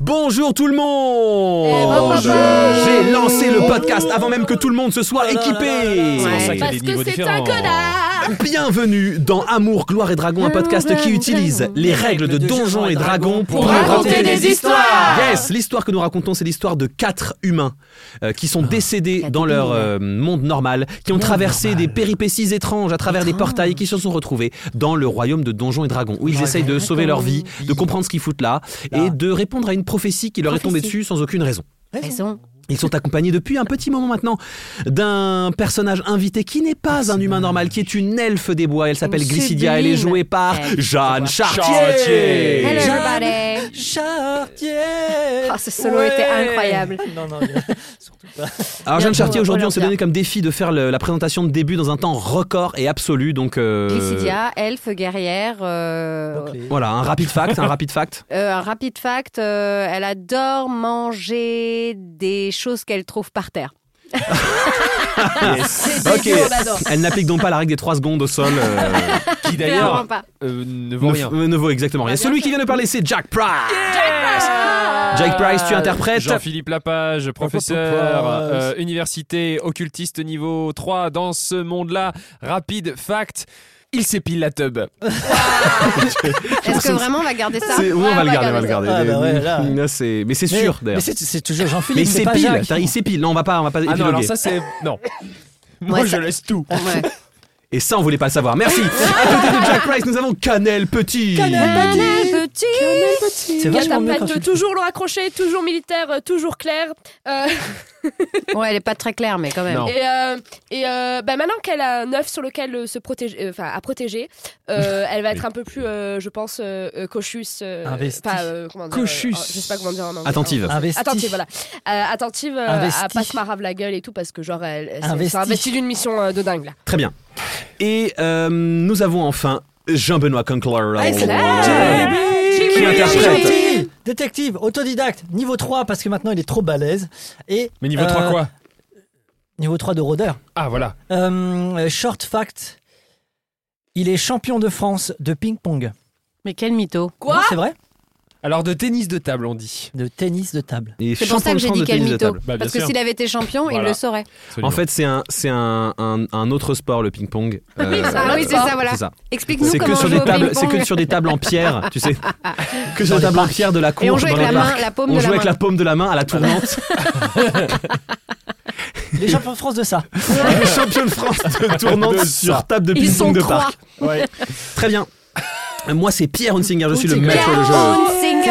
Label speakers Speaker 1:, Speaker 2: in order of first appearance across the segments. Speaker 1: Bonjour tout le monde
Speaker 2: Bonjour.
Speaker 1: J'ai lancé le podcast avant même que tout le monde se soit équipé
Speaker 2: Ouais.
Speaker 3: ça qu'il y a
Speaker 2: Parce
Speaker 3: des
Speaker 2: que
Speaker 3: niveaux
Speaker 2: c'est
Speaker 3: différents.
Speaker 2: un connard
Speaker 1: Bienvenue dans Amour, Gloire et Dragon, un podcast qui utilise les règles de Donjons et Dragons pour
Speaker 2: raconter des histoires.
Speaker 1: Yes, l'histoire que nous racontons, c'est l'histoire de quatre humains euh, qui sont décédés
Speaker 2: Quatre
Speaker 1: dans leur
Speaker 2: humains.
Speaker 1: euh, monde normal, qui ont traversé des péripéties étranges à travers des portails, qui se sont retrouvés dans le royaume de Donjons et Dragons, où ils
Speaker 3: Dragon.
Speaker 1: essayent de sauver leur vie, de comprendre ce qu'ils foutent là,
Speaker 3: Là.
Speaker 1: et de répondre à une prophétie qui leur est tombée
Speaker 2: Prophétie.
Speaker 1: dessus sans aucune raison.
Speaker 2: Raison.
Speaker 1: Ils sont accompagnés depuis un petit moment maintenant d'un personnage invité qui n'est pas un humain normal, qui est une elfe des bois. Elle s'appelle
Speaker 2: Une
Speaker 1: Glycidia. Elle est
Speaker 2: sublime
Speaker 1: jouée par
Speaker 2: elfe des
Speaker 1: Jeanne
Speaker 2: bois.
Speaker 1: Chartier.
Speaker 3: Chartier.
Speaker 2: Hello
Speaker 1: Jeanne
Speaker 2: everybody
Speaker 1: Chartier.
Speaker 2: Ah, ce solo était incroyable.
Speaker 1: Euh,
Speaker 3: Non, non, surtout pas.
Speaker 1: Alors Jeanne
Speaker 2: Bientôt,
Speaker 1: Chartier,
Speaker 2: on va
Speaker 1: aujourd'hui, on
Speaker 2: leur
Speaker 1: s'est
Speaker 2: dire.
Speaker 1: donné comme défi de faire le- la présentation de début dans un temps record et absolu. Donc euh,
Speaker 2: Glycidia, elfe, guerrière. euh,
Speaker 1: voilà, un rapid fact, un rapid fact.
Speaker 2: euh, un rapide fact, euh, elle adore manger des choses qu'elle trouve par terre.
Speaker 1: Ah,
Speaker 3: Yes.
Speaker 1: Ok. Elle n'applique donc pas la règle des 3 secondes au sol. euh,
Speaker 2: Clairement
Speaker 3: Qui d'ailleurs
Speaker 2: pas.
Speaker 3: euh, ne vaut
Speaker 1: ne,
Speaker 3: rien.
Speaker 1: euh, ne vaut exactement rien.
Speaker 2: Ah, bien
Speaker 1: Celui qui vient de parler, c'est Jack Price.
Speaker 2: Ah.
Speaker 1: Jack Price, tu interprètes
Speaker 3: Euh, Jean-Philippe Lapage, professeur, euh, université, occultiste niveau 3 dans ce monde-là. Rapide fact, il s'épile la Ah tub.
Speaker 2: Est-ce que vraiment on va garder ça
Speaker 1: C'est- oui, on
Speaker 2: Ouais,
Speaker 1: va le garder, on va le garder.
Speaker 4: Ah, bah ouais, là.
Speaker 1: Là, c'est- Mais c'est
Speaker 4: Mais-
Speaker 1: sûr,
Speaker 4: Mais
Speaker 1: d'ailleurs.
Speaker 4: c'est- c'est toujours
Speaker 1: Mais
Speaker 4: Jean-Philippe.
Speaker 1: il
Speaker 4: c'est pas
Speaker 1: s'épile,
Speaker 4: Jacques.
Speaker 1: t'as- il s'épile. Non, on va pas, on va pas
Speaker 3: Ah non, alors
Speaker 1: épiloguer.
Speaker 3: ça c'est... Non. Moi
Speaker 2: Ouais,
Speaker 3: je
Speaker 2: ça-
Speaker 3: laisse tout.
Speaker 2: ça. Ouais.
Speaker 1: Et ça, on voulait pas le savoir. Merci. à côté de Jack Price, nous avons Canel Petit.
Speaker 2: Canal petit
Speaker 4: C'est
Speaker 5: Je
Speaker 4: vachement mieux
Speaker 5: m'appelle
Speaker 4: quand tu-
Speaker 5: toujours long accroché, toujours militaire, euh, toujours clair. Euh,
Speaker 2: Ouais, elle est pas très claire, mais quand même.
Speaker 3: Non.
Speaker 5: et euh, et euh, bah, maintenant qu'elle a un œuf sur lequel euh, se protéger, euh, enfin à protéger, euh, elle va être un peu plus, euh, je pense, euh, euh, cautious. euh,
Speaker 4: Investie.
Speaker 5: pas, euh, comment dire, euh,
Speaker 4: Cautious.
Speaker 5: en- je sais pas comment dire en anglais.
Speaker 1: Attentive.
Speaker 4: Investi.
Speaker 5: Attentive, voilà. Euh, attentive euh,
Speaker 4: Investie.
Speaker 5: à pas se marave la gueule et tout, parce que genre, elle, elle s'est-
Speaker 4: Investie.
Speaker 5: s'est investie d'une mission euh, de dingue là.
Speaker 1: Très bien. Et euh, nous avons enfin Jean-Benoît Conkler.
Speaker 2: Ah,
Speaker 1: Oh. Qui interprète
Speaker 4: Détective, Détective, autodidacte, niveau 3 parce que maintenant il est trop balèze. Et,
Speaker 3: Mais niveau
Speaker 4: euh,
Speaker 3: 3 quoi
Speaker 4: Niveau 3 de rôdeur.
Speaker 3: Ah voilà.
Speaker 4: Euh, short fact, il est champion de France de ping-pong.
Speaker 2: Mais quel mytho.
Speaker 5: Quoi
Speaker 4: Non, C'est vrai
Speaker 3: Alors de tennis de table on dit.
Speaker 4: De tennis de table.
Speaker 1: Et
Speaker 2: C'est pour ça
Speaker 1: champion
Speaker 2: que
Speaker 1: de
Speaker 2: j'ai
Speaker 1: France
Speaker 2: dit
Speaker 1: de
Speaker 2: quel
Speaker 1: tennis de
Speaker 2: mytho.
Speaker 1: table.
Speaker 3: Bah, bien
Speaker 2: Parce que
Speaker 3: sûr.
Speaker 2: s'il avait été champion, il
Speaker 3: Voilà.
Speaker 2: le saurait.
Speaker 1: En fait, c'est un, c'est un, un, un autre sport, le ping-pong. Euh,
Speaker 5: ça,
Speaker 2: Ah oui, c'est ça, voilà.
Speaker 1: C'est ça.
Speaker 2: Explique-nous
Speaker 1: C'est que
Speaker 2: comment on
Speaker 1: sur
Speaker 2: joue
Speaker 1: des
Speaker 2: au
Speaker 1: tables, c'est
Speaker 2: ping-pong.
Speaker 1: que sur des tables en pierre, tu sais. Que sur des
Speaker 4: Dans les
Speaker 1: tables en
Speaker 4: parcs.
Speaker 1: pierre de la cour.
Speaker 2: Et on joue
Speaker 1: dans
Speaker 2: avec
Speaker 1: les
Speaker 2: la main,
Speaker 1: parcs.
Speaker 2: la paume
Speaker 1: On
Speaker 2: de
Speaker 1: joue
Speaker 2: la
Speaker 1: avec la
Speaker 2: main.
Speaker 1: paume de la main à la tournante.
Speaker 4: Il est champion de France de ça.
Speaker 1: Les champions de France de tournante
Speaker 3: De
Speaker 1: sur
Speaker 3: ça.
Speaker 1: table de
Speaker 2: Ils sont
Speaker 1: ping-pong de
Speaker 2: trois.
Speaker 1: parc. Très bien. Moi, c'est Pierre Hunsinger, je suis le
Speaker 2: Hunsinger.
Speaker 1: maître de jeu.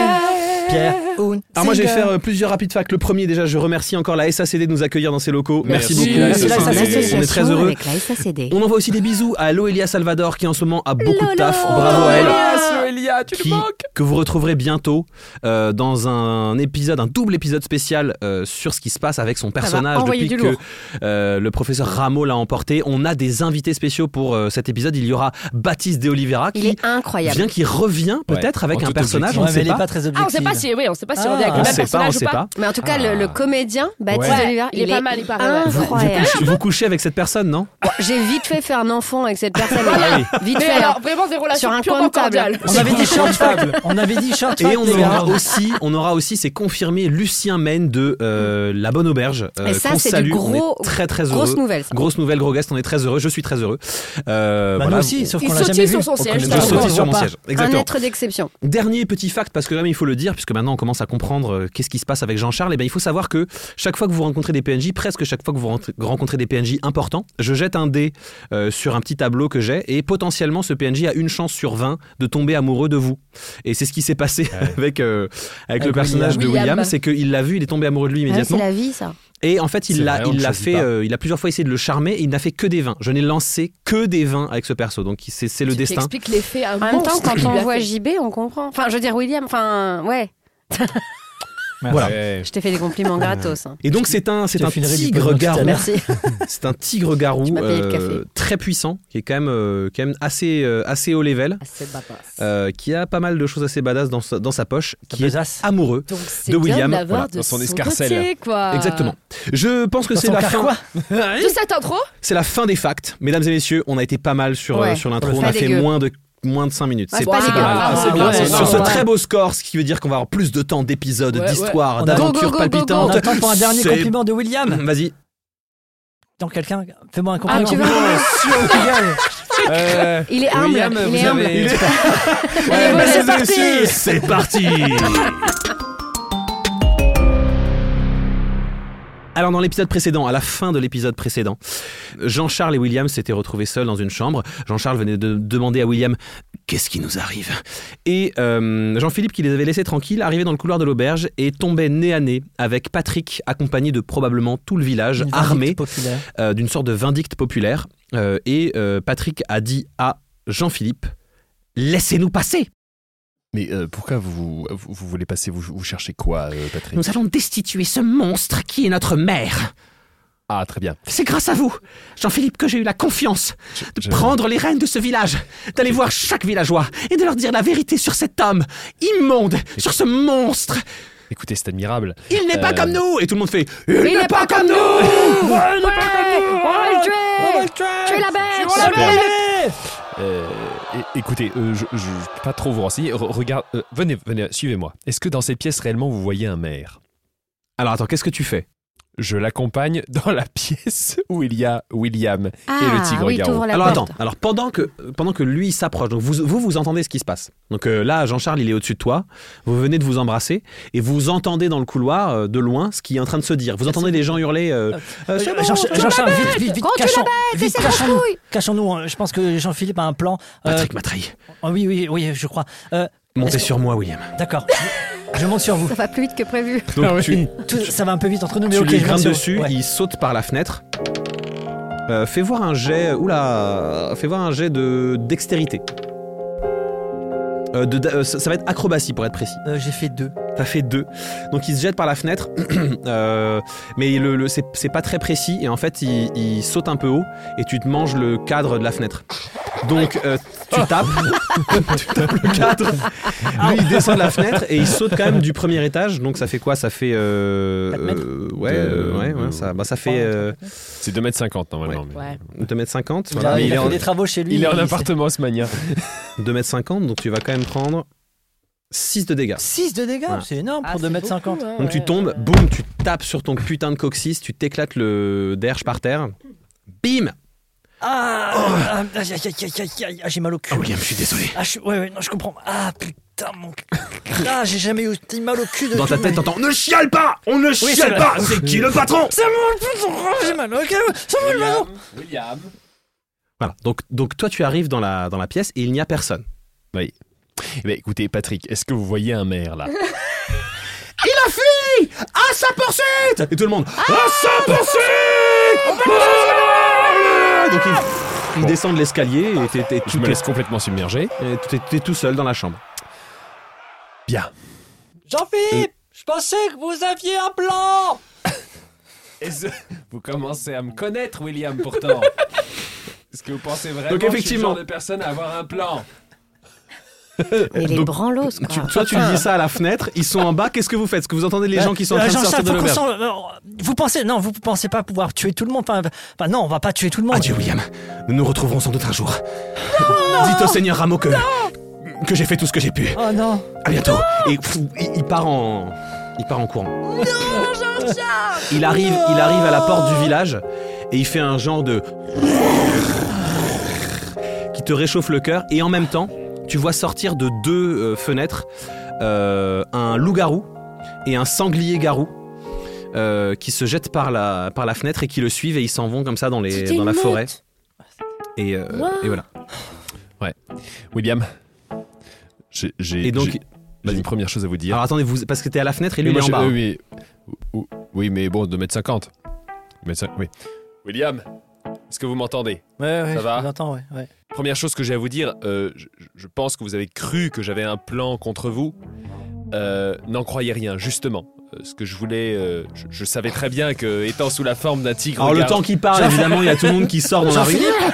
Speaker 4: Pierre
Speaker 1: Alors moi, j'ai fait euh, plusieurs rapides facts. Le premier, déjà, je remercie encore la SACD de nous accueillir dans ses locaux. Merci,
Speaker 3: Merci.
Speaker 1: beaucoup.
Speaker 3: Merci, la
Speaker 1: On est- On est très heureux.
Speaker 2: la SACD.
Speaker 1: On envoie aussi des bisous à Loelia Salvador qui en ce moment a beaucoup de taf. Bravo à elle.
Speaker 3: Euh, Elia, tu
Speaker 1: qui- que vous retrouverez bientôt euh, dans un épisode, un double épisode spécial euh, sur ce qui se passe avec son personnage
Speaker 2: envoyer
Speaker 1: depuis
Speaker 2: du
Speaker 1: que
Speaker 2: lourd.
Speaker 1: euh, le professeur Rameau l'a emporté. On a des invités spéciaux pour euh, cet épisode. Il y aura Baptiste de Oliveira
Speaker 2: Il
Speaker 1: qui
Speaker 2: est incroyable.
Speaker 1: vient, qui revient peut-être
Speaker 3: Ouais,
Speaker 1: avec
Speaker 3: en
Speaker 1: un
Speaker 3: toute
Speaker 1: personnage, on
Speaker 4: Ouais,
Speaker 1: ne
Speaker 4: mais
Speaker 1: sait
Speaker 4: il est
Speaker 1: pas.
Speaker 4: pas très
Speaker 5: Ah,
Speaker 4: objectif.
Speaker 5: on sait pas si, oui, on sait pas si on est
Speaker 1: On
Speaker 4: Ah.
Speaker 5: avec
Speaker 3: hein.
Speaker 5: le
Speaker 1: ne
Speaker 5: même
Speaker 1: sait pas, on
Speaker 5: personnage ou
Speaker 1: sait
Speaker 5: pas.
Speaker 1: pas.
Speaker 2: Mais en tout cas,
Speaker 3: Ah.
Speaker 2: le, le comédien, Baptiste
Speaker 3: Ouais.
Speaker 2: Oliver,
Speaker 5: Il est pas mal, il paraît, ouais.
Speaker 1: Vous, vous
Speaker 2: Incroyable.
Speaker 1: couchez, vous couchez avec cette personne, non
Speaker 2: Bon, J'ai vite fait faire un enfant avec cette personne.
Speaker 1: Ah
Speaker 2: Vite
Speaker 5: Mais
Speaker 2: fait.
Speaker 5: alors, vraiment des relations
Speaker 2: Sur un
Speaker 5: purement
Speaker 2: coin de table.
Speaker 5: cordiales.
Speaker 4: On avait dit short fact. On avait dit short fact.
Speaker 1: Et on
Speaker 4: les gars.
Speaker 1: aura aussi, on aura aussi, c'est confirmé, Lucien Mène de euh, La Bonne Auberge. euh,
Speaker 2: Et ça,
Speaker 1: qu'on
Speaker 2: c'est du
Speaker 1: salue. On est
Speaker 2: gros-
Speaker 1: très très heureux.
Speaker 2: hein. Grosse nouvelle. ça.
Speaker 1: Grosse nouvelle, gros guest, on est très heureux, je suis très heureux. Euh,
Speaker 4: Bah,
Speaker 1: voilà.
Speaker 4: nous aussi, sauf
Speaker 5: Il
Speaker 4: qu'on l'a jamais
Speaker 5: sautille
Speaker 4: vu.
Speaker 5: sur son siège.
Speaker 1: Je
Speaker 4: ça.
Speaker 1: sautille
Speaker 4: On
Speaker 1: sur
Speaker 4: voit
Speaker 1: mon
Speaker 4: pas.
Speaker 1: siège.
Speaker 2: Un
Speaker 1: Exactement.
Speaker 2: être d'exception.
Speaker 1: Dernier petit fact, parce que jamais il faut le dire, puisque maintenant on commence à comprendre euh, qu'est-ce qui se passe avec Jean-Charles, et bien il faut savoir que chaque fois que vous rencontrez des PNJ, presque chaque fois que vous rentre- rencontrez des PNJ importants, je jette un dé euh, sur un petit tableau que j'ai, et potentiellement ce PNJ a une chance sur 20 de tomber amoureux de vous. Et c'est ce qui s'est passé avec, euh, avec,
Speaker 4: Avec
Speaker 1: le personnage de
Speaker 5: William.
Speaker 1: William, c'est qu'il l'a vu, il est tombé amoureux de lui
Speaker 2: Ah ouais, c'est
Speaker 1: immédiatement.
Speaker 2: la vie, ça.
Speaker 1: Et en fait,
Speaker 3: C'est
Speaker 1: il l'a,
Speaker 3: vrai, on
Speaker 1: il
Speaker 3: ne
Speaker 1: l'a
Speaker 3: choisit
Speaker 1: fait,
Speaker 3: pas.
Speaker 1: euh, il a plusieurs fois essayé de le charmer et il n'a fait que des vins. Je n'ai lancé que des vins avec ce perso, donc c'est, c'est le
Speaker 5: Tu
Speaker 1: destin.
Speaker 5: t'expliques l'effet un
Speaker 2: En même temps, quand on voit
Speaker 5: J.
Speaker 2: JB, on comprend. Enfin, je veux dire, William, enfin, ouais,
Speaker 1: Voilà.
Speaker 3: Ouais.
Speaker 2: je t'ai fait des compliments gratos. hein.
Speaker 1: Et donc c'est un, c'est
Speaker 4: Tu as
Speaker 1: un
Speaker 4: fait une règle du
Speaker 1: tigre
Speaker 4: Pokémon tout à
Speaker 1: garou.
Speaker 4: l'heure.
Speaker 2: Merci.
Speaker 1: C'est un tigre garou
Speaker 2: Tu m'as payé le
Speaker 1: euh, très puissant, qui est quand même, euh, quand même assez, euh, assez haut level,
Speaker 2: Ah, c'est badass.
Speaker 1: euh, qui a pas mal de choses assez badass dans sa, dans sa poche,
Speaker 4: Ta
Speaker 1: qui est
Speaker 4: besace.
Speaker 1: amoureux.
Speaker 5: Donc c'est
Speaker 1: de
Speaker 5: bien
Speaker 1: William,
Speaker 5: de l'avoir
Speaker 1: voilà,
Speaker 5: de
Speaker 3: dans son
Speaker 5: son
Speaker 3: escarcelle.
Speaker 5: côté,
Speaker 2: Euh.
Speaker 5: quoi.
Speaker 1: Exactement. Je pense que
Speaker 4: Dans
Speaker 1: c'est
Speaker 4: son
Speaker 1: la
Speaker 4: car
Speaker 1: fin.
Speaker 4: quoi
Speaker 2: Ah
Speaker 5: De cette intro,
Speaker 1: C'est la fin des facts, mesdames et messieurs. On a été pas mal sur, euh,
Speaker 2: Ouais.
Speaker 1: sur l'intro.
Speaker 4: Pas
Speaker 1: On a fait
Speaker 2: dégueu.
Speaker 1: moins de moins de 5 minutes.
Speaker 2: Ouais,
Speaker 1: c'est
Speaker 2: c'est pas
Speaker 1: si
Speaker 2: dégueu.
Speaker 1: mal.
Speaker 2: Ah,
Speaker 1: C'est
Speaker 4: ouais,
Speaker 1: bien.
Speaker 4: ouais,
Speaker 1: sur
Speaker 4: ouais,
Speaker 1: ce
Speaker 4: ouais.
Speaker 1: très beau score, ce qui veut dire qu'on va avoir plus de temps d'épisodes,
Speaker 5: Ouais, ouais.
Speaker 1: d'histoires,
Speaker 4: On a-
Speaker 2: Go,
Speaker 1: d'aventures
Speaker 2: go, go, go,
Speaker 4: On
Speaker 1: palpitantes.
Speaker 2: go.
Speaker 4: attend pour un dernier
Speaker 1: C'est-
Speaker 4: compliment de William.
Speaker 1: Vas-y.
Speaker 4: Attends, quelqu'un, fais-moi un
Speaker 2: Ah,
Speaker 4: compliment. Oh,
Speaker 2: tu veux
Speaker 4: William.
Speaker 3: Euh,
Speaker 2: Il est humble.
Speaker 3: William,
Speaker 2: il
Speaker 3: vous
Speaker 2: est humble.
Speaker 3: avez.
Speaker 1: Ouais,
Speaker 2: voilà,
Speaker 1: mesdames
Speaker 2: c'est
Speaker 1: et
Speaker 2: parti.
Speaker 1: messieurs, c'est parti. Alors dans l'épisode précédent, à la fin de l'épisode précédent, Jean-Charles et William s'étaient retrouvés seuls dans une chambre. Jean-Charles venait de demander à William qu'est-ce qui nous arrive. Et euh, Jean-Philippe, qui les avait laissés tranquilles, arrivait dans le couloir de l'auberge et tombait nez à nez avec Patrick, accompagné de probablement tout le village,
Speaker 4: Une vindicte
Speaker 1: armé
Speaker 4: populaire.
Speaker 1: euh, d'une sorte de vindicte populaire. Euh, et euh, Patrick a dit à Jean-Philippe Laissez-nous passer
Speaker 3: Mais euh, pourquoi vous, vous, vous voulez passer vous, vous cherchez quoi, euh, Patrick
Speaker 1: Nous allons destituer ce monstre qui est notre mère.
Speaker 3: Ah, très bien.
Speaker 1: C'est grâce à vous, Jean-Philippe, que j'ai eu la confiance
Speaker 3: Je-
Speaker 1: de
Speaker 3: je-
Speaker 1: prendre les rênes de ce village, d'aller voir chaque villageois et de leur dire la vérité sur cet homme immonde, sur ce monstre.
Speaker 3: Écoutez, c'est admirable.
Speaker 1: Il n'est pas
Speaker 3: Euh.
Speaker 1: comme nous Et tout le monde fait Il, n'est pas, comme nous Ouais, il n'est pas comme nous
Speaker 2: On va le tuer Tuez la
Speaker 3: la
Speaker 2: bête
Speaker 3: bête. Euh, é- écoutez, euh, je ne peux pas trop vous renseigner. Re- regarde, euh, venez, venez, suivez-moi. Est-ce que dans cette pièce, réellement, vous voyez un maire
Speaker 1: Alors attends, qu'est-ce que tu fais
Speaker 3: Je l'accompagne dans la pièce où il y a William. le tigre
Speaker 2: Ah, oui,
Speaker 3: garou.
Speaker 2: t'ouvres la
Speaker 1: Alors
Speaker 2: porte.
Speaker 1: attends, alors pendant que, pendant que lui s'approche, donc vous, vous vous entendez ce qui se passe. Donc euh, là, Jean-Charles, il est au-dessus de toi, vous venez de vous embrasser, et vous entendez dans le couloir, euh, de loin, ce qui est en train de se dire. Vous entendez les gens hurler euh, Euh, c'est bon,
Speaker 4: Jean-
Speaker 1: c'est bon.
Speaker 4: Jean-Charles, vite, vite, vite,
Speaker 2: Gros, tu
Speaker 4: cachons, vite,
Speaker 2: Laissez-moi
Speaker 4: cachons-nous,
Speaker 2: couille
Speaker 4: cachons-nous. hein. Je pense que Jean-Philippe a un plan. Euh,
Speaker 1: Patrick m'a trahi.
Speaker 4: oh, oui, oui, oui, je crois. Euh,
Speaker 1: Montez
Speaker 4: est-ce-
Speaker 1: sur moi, William.
Speaker 4: D'accord. Je- Je monte sur vous.
Speaker 2: Ça va plus vite que prévu.
Speaker 1: Donc
Speaker 3: Ah oui.
Speaker 1: tu,
Speaker 4: Tout- ça va un peu vite entre nous, mais
Speaker 1: tu
Speaker 4: ok.
Speaker 1: lui
Speaker 4: je monte
Speaker 1: grimpes
Speaker 4: sur vous.
Speaker 1: dessus,
Speaker 4: Ouais.
Speaker 1: il saute par la fenêtre. Euh, fais voir un jet, oula, fais voir un jet de dextérité. Euh, de, da- euh, ça ça va être acrobatie pour être précis.
Speaker 4: Euh, J'ai fait deux.
Speaker 1: T'as fait deux. Donc il se jette par la fenêtre, euh, mais le, le- c'est, c'est pas très précis et en fait il, il saute un peu haut et tu te manges le cadre de la fenêtre. Donc euh, tu tapes, tu tapes le cadre. Lui il descend de la fenêtre et il saute quand même du premier étage. Donc ça fait quoi Ça fait euh,
Speaker 4: Quatre mètres
Speaker 1: euh, ouais,
Speaker 3: De-
Speaker 1: euh, ouais, ouais, ça, bah, ça fait euh,
Speaker 3: C'est 2m50 normalement. mais-
Speaker 5: Ouais.
Speaker 1: 2m50.
Speaker 4: Il
Speaker 1: voilà.
Speaker 4: a,
Speaker 1: Mais
Speaker 4: il a
Speaker 1: il est
Speaker 4: fait
Speaker 1: en-
Speaker 4: des travaux chez lui.
Speaker 3: Il est en
Speaker 4: il-
Speaker 3: appartement, ce mania.
Speaker 1: 2m50, donc tu vas quand même prendre 6 de dégâts.
Speaker 4: 6 de dégâts,
Speaker 1: Voilà.
Speaker 4: Ah, c'est énorme
Speaker 5: Ah,
Speaker 4: pour 2m50.
Speaker 1: Donc tu tombes, boum, tu tapes sur ton putain de coccyx, tu t'éclates le derche par terre. Bim
Speaker 4: Ah, ah, aïe, aïe, aïe, aïe, aïe, aïe, ah, j'ai mal au cul.
Speaker 1: je suis désolé.
Speaker 4: Ah, je, ouais, ouais, non, je comprends. Ah, putain, mon cul. Ah, j'ai jamais eu aussi mal au cul de
Speaker 1: Dans ta
Speaker 4: toute ma
Speaker 1: tête, t'entends Ne chiale pas On ne
Speaker 4: c'est
Speaker 1: chiale
Speaker 4: vrai.
Speaker 1: pas C'est qui le patron
Speaker 4: C'est mon putain, j'ai mal au cul. C'est mon
Speaker 3: William.
Speaker 4: putain.
Speaker 3: William.
Speaker 1: Voilà, donc, donc toi tu arrives dans la, dans la pièce et il n'y a personne.
Speaker 3: Mais Eh ben, écoutez, Patrick, est-ce que vous voyez un maire là
Speaker 1: Il a fui À sa poursuite Et tout le monde À sa poursuite Ah, Bon, Donc il, il descend de l'escalier et t'es- t'es
Speaker 3: Je
Speaker 1: tout,
Speaker 3: me laisse complètement submerger.
Speaker 1: et t'es- t'es tout seul dans la chambre.
Speaker 3: Bien.
Speaker 4: Jean-Philippe,
Speaker 1: Euh.
Speaker 4: je pensais que vous aviez un plan.
Speaker 3: Vous commencez à me connaître, William, pourtant. Est-ce que vous pensez vraiment
Speaker 1: Donc, que je suis le effectivement. genre de
Speaker 3: personne à avoir un plan
Speaker 2: Mais les
Speaker 1: Donc,
Speaker 2: branlos,
Speaker 1: Tu-
Speaker 2: quoi.
Speaker 1: toi tu dis ça à la fenêtre, ils sont en bas, qu'est-ce que vous faites Est-ce que vous entendez les gens qui sont en train
Speaker 4: Euh,
Speaker 1: de
Speaker 4: Jean-Charles,
Speaker 1: sortir de
Speaker 4: faut qu'on
Speaker 1: l'auberge
Speaker 4: s'en- alors, Vous pensez, non, vous pensez pas pouvoir tuer tout le monde. Enfin, enfin, non, on va pas tuer tout le monde.
Speaker 1: Adieu William, nous nous retrouverons sans doute un jour. Dites au Seigneur Rameau que, que j'ai fait tout ce que j'ai pu.
Speaker 4: Oh non.
Speaker 1: À bientôt. Et pff, il il part en il part en courant. Non, Il arrive, il arrive à la porte du village et il fait un genre de qui te réchauffe le cœur et en même temps, tu vois sortir de deux euh, fenêtres euh, un loup-garou et un sanglier garou. euh, qui se jettent par la, par la fenêtre et qui le suivent et ils s'en vont comme ça dans, les,
Speaker 5: C'était
Speaker 1: dans la
Speaker 5: une
Speaker 1: forêt.
Speaker 5: meute.
Speaker 1: Et, euh,
Speaker 5: Wow.
Speaker 1: et voilà.
Speaker 3: William. J'ai, j'ai-
Speaker 1: Et donc,
Speaker 3: j'ai- j'ai
Speaker 1: vas-y.
Speaker 3: une première chose à vous dire.
Speaker 1: alors attendez, vous, parce que t'es à la fenêtre et lui
Speaker 3: Mais
Speaker 1: il est
Speaker 3: moi,
Speaker 1: en
Speaker 3: je-
Speaker 1: bas.
Speaker 3: oui, mais- Oui, mais bon, 2m50. 2m50, oui. William, est-ce que vous m'entendez
Speaker 4: Ouais, ouais, je
Speaker 3: Ça va
Speaker 4: vous entends, ouais, ouais.
Speaker 3: Première chose que j'ai à vous dire, euh, je, je pense que vous avez cru que j'avais un plan contre vous. Euh, N'en croyez rien, justement. Euh, ce que je voulais, euh, je, je savais très bien que, étant sous la forme d'un tigre.
Speaker 1: Alors le
Speaker 3: gar-
Speaker 1: temps qu'il parle, évidemment, il y a tout le monde qui sort dans la rue.
Speaker 4: Ah,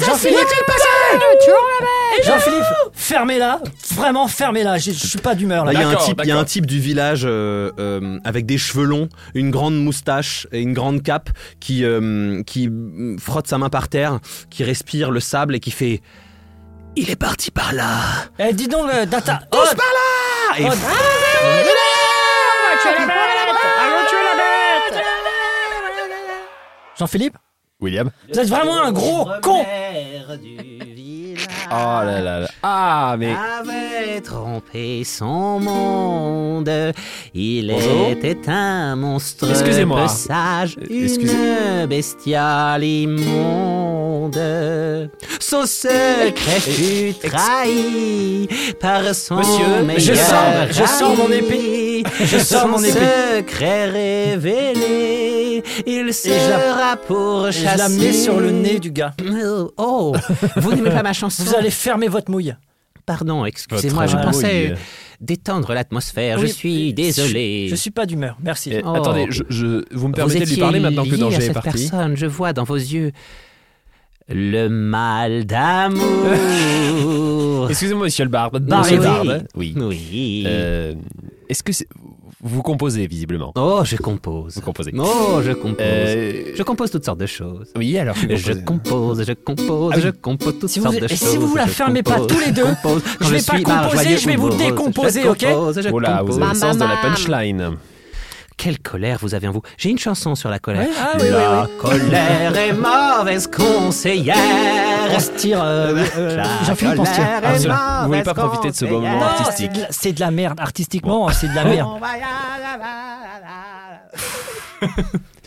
Speaker 4: Jean-Philippe, Ah, Jean-Philippe, fermez-la, vraiment fermez-la. j'ai- Je suis pas d'humeur
Speaker 1: Là,
Speaker 4: là.
Speaker 1: il y a un
Speaker 3: D'accord,
Speaker 1: type, il y a un
Speaker 3: d'accord.
Speaker 1: type du village euh, euh, avec des cheveux longs, une grande moustache et une grande cape qui euh, qui mm, frotte sa main par terre, qui respire le sable et qui fait. Il est parti par là.
Speaker 4: Eh, dis donc, le data. Oh,
Speaker 1: Ah, et
Speaker 4: Oh, Jean-Philippe,
Speaker 3: William
Speaker 4: vous êtes vraiment un gros con.
Speaker 3: Oh là là là. Ah, mais.
Speaker 1: avait trompé son monde. Il
Speaker 3: Bonjour.
Speaker 1: était un monstre
Speaker 3: Excusez-moi. peu
Speaker 1: sage,
Speaker 3: une Excusez-
Speaker 1: bestiale immonde. Son secret fut trahi par son
Speaker 3: Monsieur, meilleur
Speaker 4: je sors- je sors mon épée. Je sors mon épée.
Speaker 1: secret révélé, il
Speaker 4: sera
Speaker 1: pour
Speaker 4: Et Je la mets sur le nez du gars.
Speaker 1: Oh, vous n'aimez pas ma chanson
Speaker 4: Vous allez fermer votre mouille.
Speaker 1: Pardon, excusez-moi, je
Speaker 4: mouille.
Speaker 1: pensais euh, détendre l'atmosphère.
Speaker 4: Oui,
Speaker 1: je suis désolé.
Speaker 4: Je, suis pas d'humeur, merci.
Speaker 3: Eh,
Speaker 1: Oh.
Speaker 3: Attendez, je, je- vous
Speaker 1: Vous
Speaker 3: me permettez de lui
Speaker 1: étiez
Speaker 3: parler maintenant que le
Speaker 1: lié à
Speaker 3: danger est
Speaker 1: cette
Speaker 3: parti
Speaker 1: personne, je vois dans vos yeux le mal d'amour.
Speaker 3: Excusez-moi, monsieur le barbe.
Speaker 1: Barbe,
Speaker 3: Monsieur
Speaker 4: hein.
Speaker 3: Barbe.
Speaker 1: oui.
Speaker 3: Oui.
Speaker 1: Oui.
Speaker 3: Euh, Est-ce que c'est- vous composez visiblement
Speaker 4: Euh,
Speaker 1: Oh, je compose.
Speaker 3: Vous composez.
Speaker 1: Oh, je compose.
Speaker 3: Euh,
Speaker 1: Je compose toutes sortes de choses.
Speaker 3: Oui, alors. vous
Speaker 1: Je
Speaker 3: composez.
Speaker 1: compose, je compose,
Speaker 3: Ah oui.
Speaker 1: je compose toutes
Speaker 4: Si vous-
Speaker 1: sortes de
Speaker 4: et
Speaker 1: choses.
Speaker 4: si vous la
Speaker 1: je
Speaker 4: fermez pas
Speaker 1: compose,
Speaker 4: tous les
Speaker 1: je
Speaker 4: deux,
Speaker 1: compose, quand
Speaker 4: je vais pas
Speaker 1: suis marre,
Speaker 4: composer,
Speaker 1: joyeux
Speaker 4: je vais vous
Speaker 1: ou morose,
Speaker 4: décomposer,
Speaker 1: je
Speaker 4: ok
Speaker 1: compose, je
Speaker 3: Oh là, vous avez
Speaker 1: compose.
Speaker 3: le sens de la
Speaker 2: Mam, mam, mam.
Speaker 3: punchline.
Speaker 1: Quelle colère vous avez en vous J'ai une chanson sur la colère.
Speaker 4: Ouais, ah oui, oui,
Speaker 1: La colère est mauvaise conseillère.
Speaker 4: On se tire. euh, euh, Jean-Philippe, on se Ah, tire.
Speaker 1: colère est
Speaker 3: Absolument.
Speaker 1: mauvaise
Speaker 3: Vous voulez pas profiter de ce beau moment
Speaker 4: Non,
Speaker 1: conseillère.
Speaker 4: c'est
Speaker 3: artistique.
Speaker 4: de la- C'est de la merde. Artistiquement, c'est de la merde.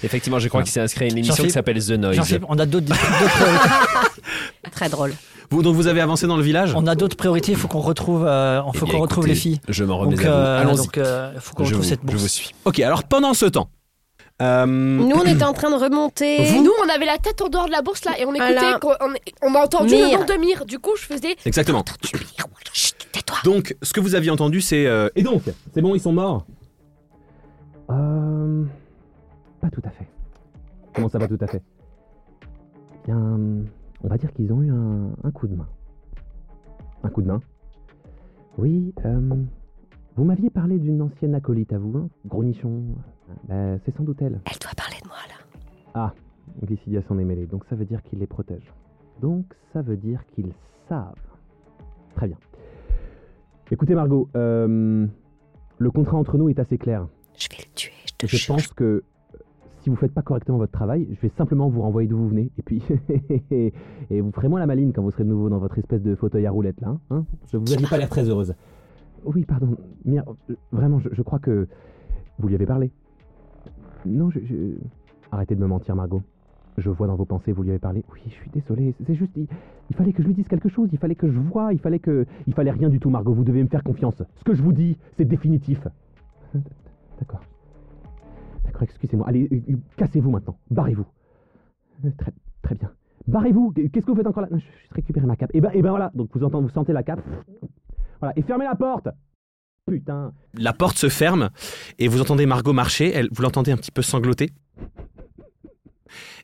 Speaker 3: Effectivement, je crois qu'il s'est inscrit à une émission
Speaker 4: Jean-Philippe-
Speaker 3: qui s'appelle The Noise.
Speaker 4: Jean-Philippe, on a d'autres d'autres-
Speaker 2: Très drôle.
Speaker 1: Vous, donc vous avez avancé dans le village
Speaker 4: on a d'autres priorités. Il faut qu'on retrouve, euh,
Speaker 3: Eh
Speaker 4: faut
Speaker 3: bien,
Speaker 4: qu'on retrouve les
Speaker 3: écoutez,
Speaker 4: filles.
Speaker 3: Je m'en remets
Speaker 4: Donc,
Speaker 3: à
Speaker 4: euh,
Speaker 3: vous. Allons-y.
Speaker 4: donc, euh, faut qu'on
Speaker 3: je,
Speaker 4: retrouve
Speaker 3: vous,
Speaker 4: cette
Speaker 3: je
Speaker 4: bourse.
Speaker 3: vous suis.
Speaker 1: Ok, alors pendant ce temps. euh,
Speaker 2: Nous, on était en train de remonter.
Speaker 5: Et nous, on avait la tête en dehors de la bourse là et on écoutait,
Speaker 2: Alain.
Speaker 5: qu'on- on, on a entendu
Speaker 2: Mire.
Speaker 5: le nom de Mire. Du coup, je faisais.
Speaker 1: Exactement.
Speaker 5: Chut, tais-toi.
Speaker 1: Donc, ce que vous aviez entendu, c'est. euh, Et donc C'est bon, ils sont morts Euh. Pas tout à fait. Comment ça, pas tout à fait Bien. On va dire qu'ils ont eu un, un coup de main. Un coup de main Oui, euh, Vous m'aviez parlé d'une ancienne acolyte à vous, hein Grognichon. Ben, c'est sans doute elle.
Speaker 5: Elle doit parler de moi là.
Speaker 1: Glycidia s'en est mêlée, donc ça veut dire qu'il les protège. Donc ça veut dire qu'ils savent. Très bien. Écoutez Margot, euh, le contrat entre nous est assez clair.
Speaker 5: Je vais le tuer. Je te
Speaker 1: Je pense que euh, si vous faites pas correctement votre travail, je vais simplement vous renvoyer d'où vous venez, et puis et vous ferez moins la maline quand vous serez de nouveau dans votre espèce de fauteuil à roulette là. hein, hein je vous aviez pas l'air très heureuse. Oui, pardon. Mire, euh, vraiment, je, je crois que vous lui avez parlé. Non, je- je... Arrêtez de me mentir, Margot. Je vois dans vos pensées, vous lui avez parlé. Oui, je suis désolé, c'est juste, il, il fallait que je lui dise quelque chose, il fallait que je voie, il fallait que... Il fallait rien du tout, Margot, vous devez me faire confiance. Ce que je vous dis, c'est définitif. D'accord. D'accord, excusez-moi. Allez, euh, euh, cassez-vous maintenant, barrez-vous. Euh, Très, très bien. Barrez-vous, qu'est-ce que vous faites encore là Non, Je vais juste récupérer ma cape. Et ben, et ben voilà, donc vous, entendez, vous sentez la cape. Voilà, et fermez la porte Putain La porte se ferme, et vous entendez Margot marcher, elle, vous l'entendez un petit peu sangloter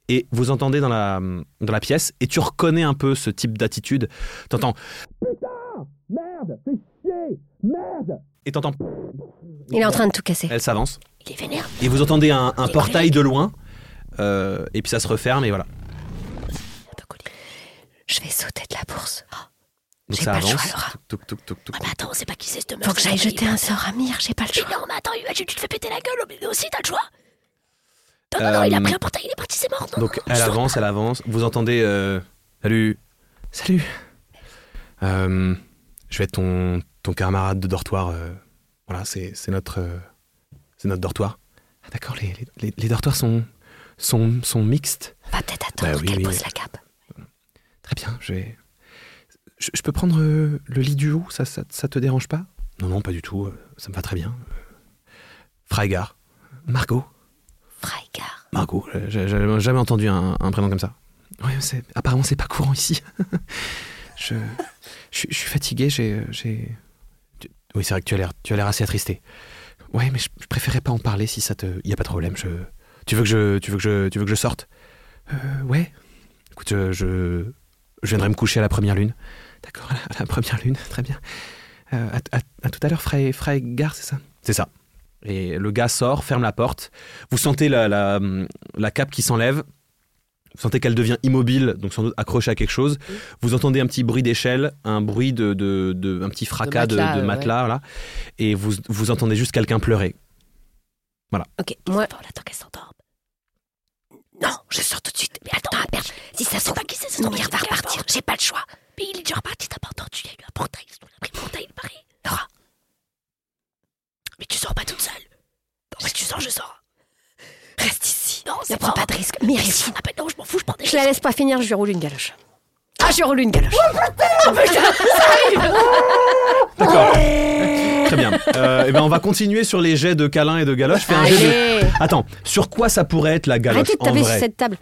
Speaker 1: et vous entendez dans la, dans la pièce, et tu reconnais un peu ce type d'attitude. T'entends Putain Merde Fais chier Merde Et t'entends
Speaker 2: Il est en train de tout casser.
Speaker 1: Elle s'avance,
Speaker 5: Il est vénère.
Speaker 1: et vous entendez un, un portail de loin, euh, et puis ça se referme, et voilà.
Speaker 5: Je vais sauter de la bourse.
Speaker 1: Donc
Speaker 5: J'ai
Speaker 1: ça
Speaker 5: pas le
Speaker 1: avance.
Speaker 5: choix, Laura.
Speaker 1: Touk, touk, touk, touk.
Speaker 5: mais attends, on sait pas qui c'est cette meuf.
Speaker 2: Faut que j'aille jeter un sort à Mire, j'ai pas le choix.
Speaker 5: Non, mais attends, tu te fais péter la gueule, mais aussi t'as le choix. Non,
Speaker 1: non, non, il a Euh, pris
Speaker 5: un portail, il est parti, c'est mort.
Speaker 1: Donc elle avance, elle avance. Vous entendez euh, Salut Salut Euh, Je vais être ton, ton camarade de dortoir. euh, voilà, c'est c'est notre, euh, c'est notre dortoir. Ah, D'accord, les, les- les- les dortoirs sont, sont, sont mixtes.
Speaker 5: va peut-être
Speaker 1: attendre Bah oui, qu'elle oui, pose oui.
Speaker 5: la cape.
Speaker 1: Très bien, je vais. Je, je peux prendre euh, le lit du haut ça, ça, ça te dérange pas Non, non, pas du tout. euh, Ça me va très bien. Euh, Freigar. Margot.
Speaker 2: Fraigar.
Speaker 1: Margot, euh, j'ai- j'avais jamais entendu un, un prénom comme ça. Ouais, mais c'est- apparemment, c'est pas courant ici. je, je, suis- je suis fatigué, j'ai. euh, j'ai- Tu- Oui, c'est vrai que tu as l'air tu as l'air assez attristé. Ouais, mais je, je préférais pas en parler si ça te. Y a pas de problème, je. Tu veux que je, tu veux que je, tu veux que je sorte Euh, Ouais. Écoute, je, je. je viendrai me coucher à la première lune. D'accord, à la, à la première lune, très bien. Euh, à, à- à tout à l'heure, Frey, Frey Gare, c'est ça C'est ça. Et le gars sort, ferme la porte. Vous sentez la, la, la cape qui s'enlève. Vous sentez qu'elle devient immobile, donc sans doute accrochée à quelque chose. Vous entendez un petit bruit d'échelle, un bruit de, de, de- un petit fracas de de matelas,
Speaker 5: matelas, euh, ouais.
Speaker 1: là. Et vous, vous entendez juste quelqu'un pleurer.
Speaker 2: Ok, moi. On attend qu'elle s'endorme. Non, je sors tout de suite. Mais attends, à perdre. Si ça se trouve, qui ça Nomir va repartir. J'ai pas le choix. Mais il est déjà reparti, t'as pas entendu. Il y a eu un portail. Il a pris le portail, il paraît. Nora. Mais tu sors pas toute seule. Bon, si tu sors, je sors. Reste ici. Non, ne prends pas de risque. Mais si, on appelle- non, je m'en fous, je prends des Je la laisse pas finir, je lui roule une galoche. Ah, je lui roule une galoche.
Speaker 1: D'accord. Très bien. Euh, eh ben on va continuer sur les jets de câlin et de galoche. Fais un jet de...
Speaker 5: Eh,
Speaker 2: Allez.
Speaker 1: Attends, sur quoi ça pourrait être la galoche
Speaker 2: Arrêtez de
Speaker 1: en
Speaker 2: taper sur
Speaker 1: vrai
Speaker 2: cette table.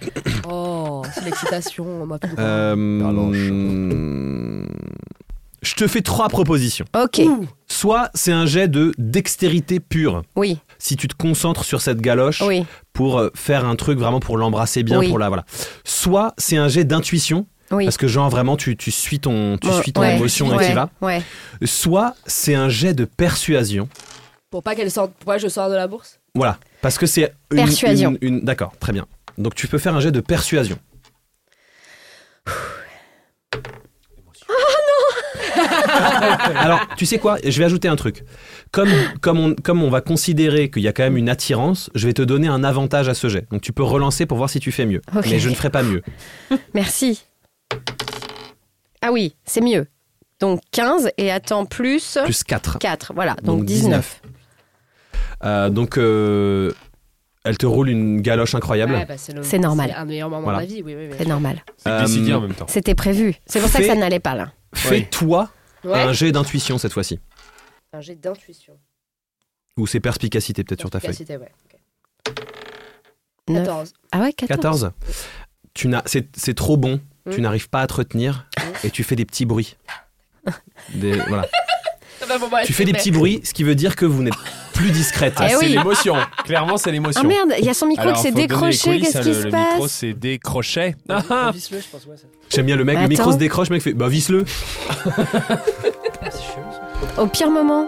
Speaker 5: Oh, c'est l'excitation. moi, plus grand.
Speaker 1: Euh,
Speaker 6: Galoche.
Speaker 1: Je te fais trois propositions.
Speaker 2: Ok,
Speaker 1: Soit c'est un jet de dextérité pure.
Speaker 2: oui,
Speaker 1: Si tu te concentres sur cette galoche
Speaker 2: oui.
Speaker 1: pour euh, faire un truc vraiment pour l'embrasser bien,
Speaker 2: Oui.
Speaker 1: pour la voilà. Soit c'est un jet d'intuition
Speaker 2: Oui. Oh,
Speaker 1: parce que genre vraiment tu, tu suis ton tu suis ton
Speaker 2: Ouais,
Speaker 1: émotion et
Speaker 2: ouais,
Speaker 1: tu y vas.
Speaker 2: Ouais.
Speaker 1: Soit c'est un jet de persuasion.
Speaker 5: Pour pas qu'elle sorte. Pourquoi je sors de la bourse
Speaker 1: Voilà, parce que c'est une,
Speaker 2: Persuasion.
Speaker 1: une- une- D'accord, très bien. Donc tu peux faire un jet de persuasion. Oh non Alors, tu sais quoi Je vais ajouter un truc. Comme, comme, on, comme on va considérer qu'il y a quand même une attirance, je vais te donner un avantage à ce jet. Donc tu peux relancer pour voir si tu fais mieux.
Speaker 2: Ok.
Speaker 1: Mais je ne ferai pas mieux.
Speaker 2: Merci. Ah oui, c'est mieux. Donc 15 et attends plus
Speaker 1: Plus 4.
Speaker 2: 4. Voilà, donc, 19.
Speaker 1: donc, euh, elle te roule une galoche incroyable.
Speaker 5: Ouais, bah, c'est le-
Speaker 2: C'est normal.
Speaker 5: C'est un meilleur moment
Speaker 1: Voilà.
Speaker 5: de ma vie, oui, oui, oui.
Speaker 2: C'est normal.
Speaker 3: C'est
Speaker 1: Euh,
Speaker 3: décidé en même temps.
Speaker 2: C'était prévu. C'est pour ça que
Speaker 1: Fais-
Speaker 2: ça n'allait pas là.
Speaker 1: Fais-toi
Speaker 5: Ouais.
Speaker 1: un jet d'intuition cette fois-ci.
Speaker 5: Un jet d'intuition.
Speaker 1: Ou c'est perspicacité peut-être sur ta feuille.
Speaker 5: Efficacité, ouais. Ok.
Speaker 2: Neuf.
Speaker 5: 14.
Speaker 2: Ah ouais, 14.
Speaker 1: 14. Tu n'as, c'est, c'est trop bon. Tu
Speaker 5: Mm.
Speaker 1: n'arrives pas à te retenir et tu fais des petits bruits. Des- voilà. tu fais des petits bruits, ce qui veut dire que vous n'êtes plus discrète.
Speaker 3: Ah,
Speaker 2: Eh
Speaker 3: c'est
Speaker 2: oui.
Speaker 3: l'émotion. Clairement, c'est l'émotion.
Speaker 2: Ah merde, il y a son micro
Speaker 3: Alors,
Speaker 2: qui s'est
Speaker 3: faut donner les
Speaker 2: décroché.
Speaker 3: coulisses,
Speaker 2: Qu'est-ce
Speaker 3: hein,
Speaker 2: qui
Speaker 3: le-
Speaker 2: se
Speaker 3: Le micro
Speaker 2: passe
Speaker 3: s'est décroché. Ah, ah.
Speaker 4: Visse-le, je pense, ouais, ça-
Speaker 1: J'aime bien le mec, le
Speaker 2: Attends.
Speaker 1: micro se décroche, le mec fait bah visse-le.
Speaker 4: c'est chiant, ça.
Speaker 2: Au pire moment.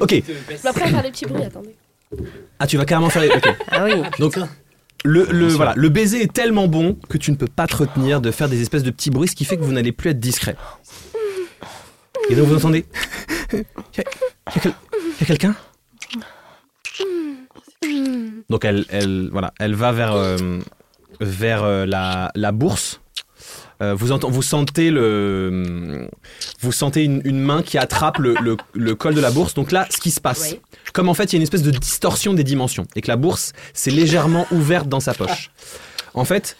Speaker 1: Ok,
Speaker 5: Je m'apprends à faire des petits bruits, attendez.
Speaker 1: ah tu vas carrément faire. les- ok.
Speaker 2: Ah oui.
Speaker 1: Donc le, le- voilà, le baiser est tellement bon que tu ne peux pas te retenir de faire des espèces de petits bruits, ce qui fait que vous n'allez plus être discret. Et donc vous entendez Il y a, il y a quel- il y a quelqu'un Donc elle, elle, voilà, elle va vers, euh, vers euh, la, la bourse. Euh, vous, entend- vous sentez, le, vous sentez une, une main qui attrape le, le- le col de la bourse. Donc là, ce qui se passe,
Speaker 5: Oui.
Speaker 1: comme en fait il y a une espèce de distorsion des dimensions et que la bourse s'est légèrement ouverte dans sa poche. En fait,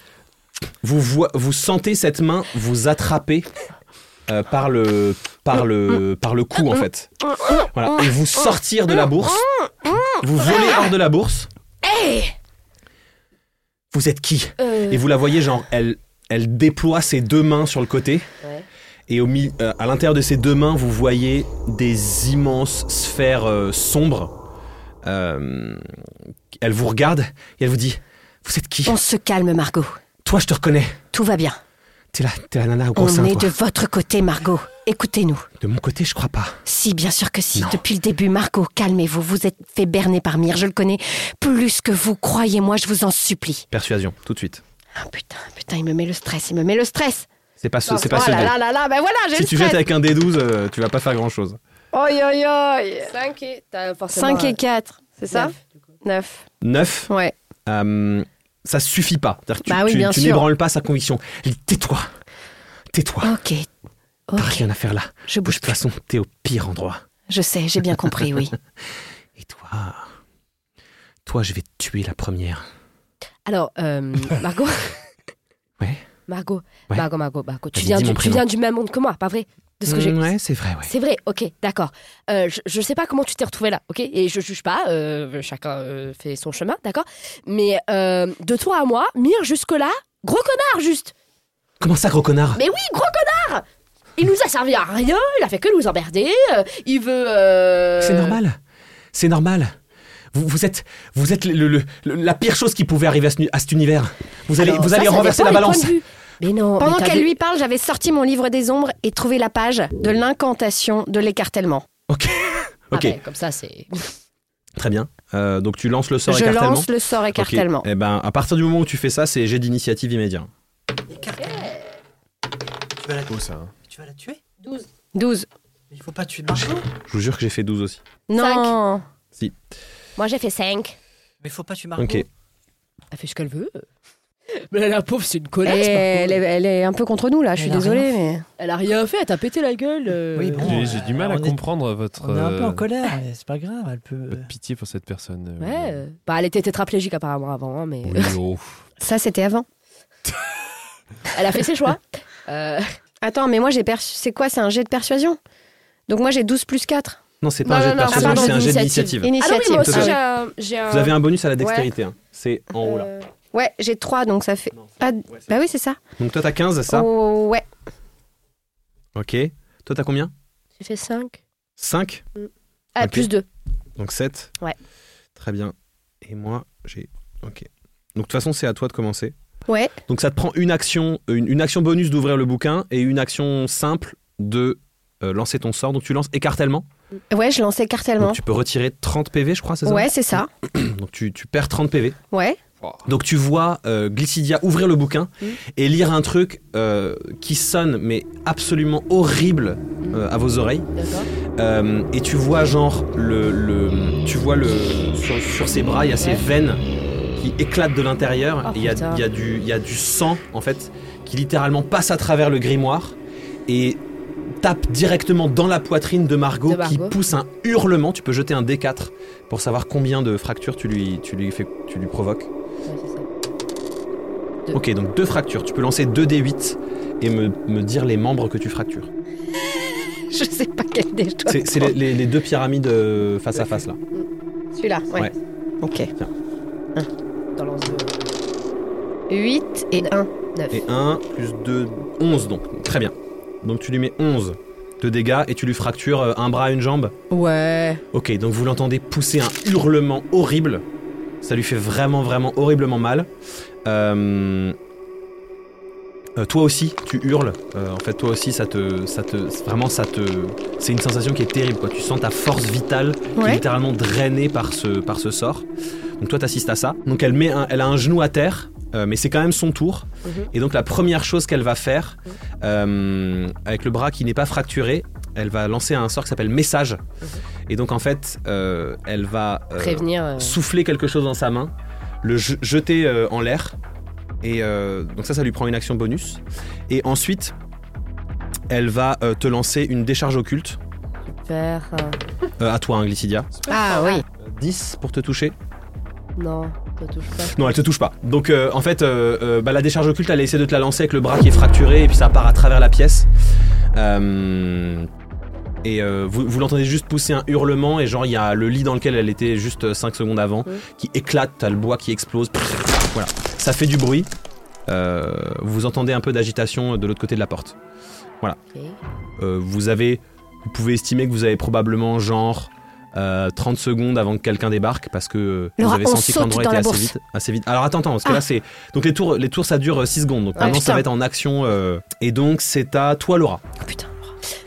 Speaker 1: vous, voi- vous sentez cette main vous attraper euh, par, le, par, le, par le cou en fait. Voilà. Et vous sortir de la bourse, vous volez hors de la bourse. Vous êtes qui
Speaker 5: Euh,
Speaker 1: et vous la voyez, genre, elle, elle déploie ses deux mains sur le côté.
Speaker 5: Ouais.
Speaker 1: Et au mi- euh, à l'intérieur de ses deux mains, vous voyez des immenses sphères euh, sombres. Euh, elle vous regarde et elle vous dit Vous êtes qui
Speaker 2: On se calme, Margot.
Speaker 1: Toi, je te reconnais.
Speaker 2: Tout va bien.
Speaker 1: T'es la, t'es la nana au gros
Speaker 2: On
Speaker 1: sein,
Speaker 2: est
Speaker 1: toi.
Speaker 2: de votre côté, Margot. Écoutez-nous.
Speaker 1: De mon côté, je crois pas.
Speaker 2: Si, bien sûr que si.
Speaker 1: Non.
Speaker 2: Depuis le début, Margot, calmez-vous. Vous êtes fait berner par Mire. Je le connais plus que vous. Croyez-moi, je vous en supplie.
Speaker 1: Persuasion, tout de suite.
Speaker 2: Ah, putain, putain, il me met le stress. Il me met le stress.
Speaker 1: C'est pas ce, c'est
Speaker 2: oh
Speaker 1: pas ce
Speaker 2: là
Speaker 1: jet.
Speaker 2: là là là, ben voilà, j'ai
Speaker 1: Si
Speaker 2: le
Speaker 1: tu
Speaker 2: stress.
Speaker 1: jettes avec un D12, euh, tu vas pas faire grand chose.
Speaker 2: Oi, oi, oi.
Speaker 5: 5 et. T'as forcément.
Speaker 2: 5 et 4, c'est ça
Speaker 5: Neuf, du coup.
Speaker 2: 9.
Speaker 1: 9.
Speaker 2: Ouais.
Speaker 1: Euh, ça suffit pas. C'est-à-dire que tu,
Speaker 2: Bah oui,
Speaker 1: tu-
Speaker 2: bien
Speaker 1: tu
Speaker 2: sûr.
Speaker 1: n'ébranles pas sa conviction. Elle dit, Tais-toi. Tais-toi.
Speaker 2: Ok.
Speaker 1: T'as
Speaker 2: Ok.
Speaker 1: rien à faire là.
Speaker 2: Je
Speaker 1: De
Speaker 2: bouge
Speaker 1: toute
Speaker 2: plus.
Speaker 1: façon, t'es au pire endroit.
Speaker 2: Je sais, j'ai bien compris, oui.
Speaker 1: Et toi Toi, je vais te tuer la première.
Speaker 5: Alors, euh, Margot.
Speaker 1: Ouais.
Speaker 5: Margot.
Speaker 1: Ouais.
Speaker 5: Margot, Margot, Margot. Tu
Speaker 1: Vas-y,
Speaker 5: viens,
Speaker 1: dis
Speaker 5: du,
Speaker 1: mon
Speaker 5: tu
Speaker 1: prénom. Mm,
Speaker 5: viens du même monde que moi, pas vrai de ce que j'ai.
Speaker 1: Mmh, Ouais, c'est vrai, ouais.
Speaker 5: C'est vrai, ok, d'accord. Euh, je- je ne sais pas comment tu t'es retrouvé là, ok Et je juge pas, euh, chacun euh, fait son chemin, d'accord Mais euh, de toi à moi, mire jusque-là, gros connard juste
Speaker 1: Comment ça, gros connard
Speaker 5: Mais oui, gros connard Il nous a servi à rien, il a fait que nous emmerder, euh, il veut. euh,
Speaker 1: C'est normal. C'est normal. Vous, vous êtes, vous êtes le- le- le- la pire chose qui pouvait arriver à, ce nu- à cet univers. Vous allez,
Speaker 5: Alors,
Speaker 1: vous
Speaker 5: ça,
Speaker 1: allez
Speaker 5: ça
Speaker 1: renverser la
Speaker 5: dépend des
Speaker 1: balance.
Speaker 5: points de vue. Mais non,
Speaker 2: Pendant
Speaker 5: mais t'as
Speaker 2: qu'elle
Speaker 5: vu-
Speaker 2: lui parle, j'avais sorti mon livre des ombres et trouvé la page de l'incantation de l'écartèlement.
Speaker 1: Ok.
Speaker 5: Ah
Speaker 1: ok.
Speaker 5: ouais, comme ça, c'est.
Speaker 1: Très bien. Euh, donc tu lances le sort
Speaker 2: Je
Speaker 1: écartèlement.
Speaker 2: lance le sort écartèlement.
Speaker 1: Ok. Eh ben, à partir du moment où tu fais ça, c'est jet d'initiative immédiat.
Speaker 4: Tu vas, la,
Speaker 3: Beau, ça. hein.
Speaker 4: tu vas la tuer
Speaker 2: 12.
Speaker 4: Mais Il faut pas tuer Margot.
Speaker 1: Je vous jure que j'ai fait 12 aussi.
Speaker 2: Non.
Speaker 5: Moi, j'ai fait 5.
Speaker 4: Mais il faut pas tuer
Speaker 5: Ah
Speaker 4: Margot.
Speaker 1: Ok.
Speaker 5: Elle fait ce qu'elle veut. Mais la pauvre, c'est une
Speaker 2: Elle,
Speaker 5: connasse.
Speaker 2: elle est, elle est un peu contre nous là, je suis
Speaker 4: Elle a
Speaker 2: désolée. Mais...
Speaker 5: Elle a rien fait, elle t'a pété la gueule. euh.
Speaker 4: Oui, bon.
Speaker 3: J'ai j'ai du mal à
Speaker 4: on est-
Speaker 3: comprendre votre,
Speaker 4: On est un peu en
Speaker 3: euh,
Speaker 4: colère, mais c'est pas grave, elle peut.
Speaker 3: votre pitié pour cette personne. euh,
Speaker 5: Ouais, euh, bah, elle était tétraplégique apparemment avant, hein, mais
Speaker 3: oui, oh.
Speaker 2: Ça, c'était avant.
Speaker 5: elle a fait ses choix. Euh,
Speaker 2: Attends, mais moi j'ai perçu. C'est quoi C'est un jet de persuasion Donc moi j'ai 12 plus 4.
Speaker 1: Non, c'est pas un
Speaker 5: Non,
Speaker 1: jet de
Speaker 5: non, non,
Speaker 1: persuasion,
Speaker 2: pardon,
Speaker 1: c'est un jet d'initiative.
Speaker 5: d'initiative. Ah non, oui,
Speaker 2: Initiative.
Speaker 5: moi aussi
Speaker 1: Tout à
Speaker 5: j'ai un, j'ai un-
Speaker 1: Vous avez un bonus à la
Speaker 2: Ouais.
Speaker 1: dextérité. hein. C'est en haut là.
Speaker 5: euh,
Speaker 2: Ouais, j'ai 3, donc ça fait. Ah, bah oui, c'est ça.
Speaker 1: Donc toi t'as 15, c'est ça
Speaker 2: Oh, ouais.
Speaker 1: Ok. Toi t'as combien
Speaker 5: J'ai fait 5.
Speaker 1: 5
Speaker 5: Ah,
Speaker 1: Ok.
Speaker 5: plus 2.
Speaker 1: Donc 7
Speaker 5: Ouais.
Speaker 1: Très bien. Et moi, j'ai. Ok. Donc de toute façon, c'est à toi de commencer.
Speaker 2: Ouais.
Speaker 1: Donc ça te prend une action, euh, une, une action bonus d'ouvrir le bouquin et une action simple de euh, lancer ton sort. Donc tu lances écartèlement.
Speaker 2: Ouais, je lançais cartellement.
Speaker 1: Donc tu peux retirer 30 PV, je crois, c'est ça
Speaker 2: Ouais, c'est ça.
Speaker 1: Donc tu, tu perds 30 PV.
Speaker 2: Ouais.
Speaker 1: Donc tu vois euh, Glycidia ouvrir le bouquin
Speaker 5: Mm.
Speaker 1: et lire un truc euh, qui sonne mais absolument horrible euh, à vos oreilles.
Speaker 5: D'accord.
Speaker 1: Euh, et tu vois genre le, le- tu vois le sur, sur ses bras il y a ses
Speaker 5: Ouais.
Speaker 1: veines qui éclatent de l'intérieur
Speaker 5: Oh,
Speaker 1: et il y a,
Speaker 5: putain.
Speaker 1: il y a du il y a du sang en fait qui littéralement passe à travers le grimoire et tape directement dans la poitrine de Margot,
Speaker 5: De Margot.
Speaker 1: qui pousse un hurlement tu peux jeter un D4 pour savoir combien de fractures tu lui tu lui fais tu lui provoques
Speaker 5: Ouais, c'est ça. Deux.
Speaker 1: ok donc deux fractures tu peux lancer deux D8 et me, me dire les membres que tu fractures
Speaker 2: Je sais pas quel des je dois
Speaker 1: c'est c'est les,
Speaker 2: prendre.
Speaker 1: les- les deux pyramides euh, face à face là
Speaker 2: Celui-là, ouais.
Speaker 1: Ouais.
Speaker 2: Ok.
Speaker 5: Dans l'anse de-
Speaker 2: 8 et 1.
Speaker 1: Et 1 plus 2, 11 donc. Très bien. Donc tu lui mets 11 de dégâts et tu lui fractures euh, un bras, une jambe.
Speaker 5: Ouais.
Speaker 1: Ok, donc vous l'entendez pousser un hurlement horrible. Ça lui fait vraiment, vraiment horriblement mal. Euh, euh, toi aussi, tu hurles. Euh, en fait, toi aussi, ça te, ça te, vraiment, ça te, c'est une sensation qui est terrible. Quoi. Tu sens ta force vitale qui est
Speaker 2: Ouais.
Speaker 1: littéralement drainée par ce, par ce sort. Donc toi, t'assistes à ça. Donc elle met, un- elle a un genou à terre, euh, mais c'est quand même son tour.
Speaker 5: Mhm.
Speaker 1: Et donc la première chose qu'elle va faire, euh, avec le bras qui n'est pas fracturé, elle va lancer un sort qui s'appelle message. Et donc en fait, euh, elle va euh,
Speaker 5: Mhm. Prévenir. euh,
Speaker 1: souffler quelque chose dans sa main, le je- jeter euh, en l'air. Et euh, donc ça, ça lui prend une action bonus. Et ensuite, elle va euh, te lancer une décharge occulte.
Speaker 5: Super. euh,
Speaker 1: Euh, à toi, hein, Glycidia.
Speaker 2: Ah oui.
Speaker 1: Euh, 10 pour te toucher.
Speaker 5: Non, ça touche pas.
Speaker 1: Non, elle te touche pas. Donc euh, en fait, euh, euh, bah, la décharge occulte, elle a essayé de te la lancer avec le bras qui est fracturé et puis ça part à travers la pièce. Euh, et euh, vous, vous l'entendez juste pousser un hurlement et genre il y a le lit dans lequel elle était juste 5 secondes avant
Speaker 5: Oui.
Speaker 1: qui éclate, t'as le bois qui explose. Prrr, Voilà, ça fait du bruit. Euh, vous entendez un peu d'agitation euh, de l'autre côté de la porte.
Speaker 5: Ok.
Speaker 1: Euh, vous avez, vous pouvez estimer que vous avez probablement genre euh, 30 secondes avant que quelqu'un débarque parce que euh, vous
Speaker 2: Laura,
Speaker 1: avez
Speaker 2: on
Speaker 1: senti que
Speaker 2: saute
Speaker 1: l'endroit
Speaker 2: dans
Speaker 1: était
Speaker 2: la
Speaker 1: assez
Speaker 2: bourse. Ah.
Speaker 1: vite, assez vite. Alors attends, attends, parce que là c'est donc les tours, les tours ça dure 6 secondes, donc
Speaker 5: Ah,
Speaker 1: maintenant ça
Speaker 2: putain.
Speaker 1: va être en action euh, et donc c'est à toi Laura.
Speaker 2: Oh, putain.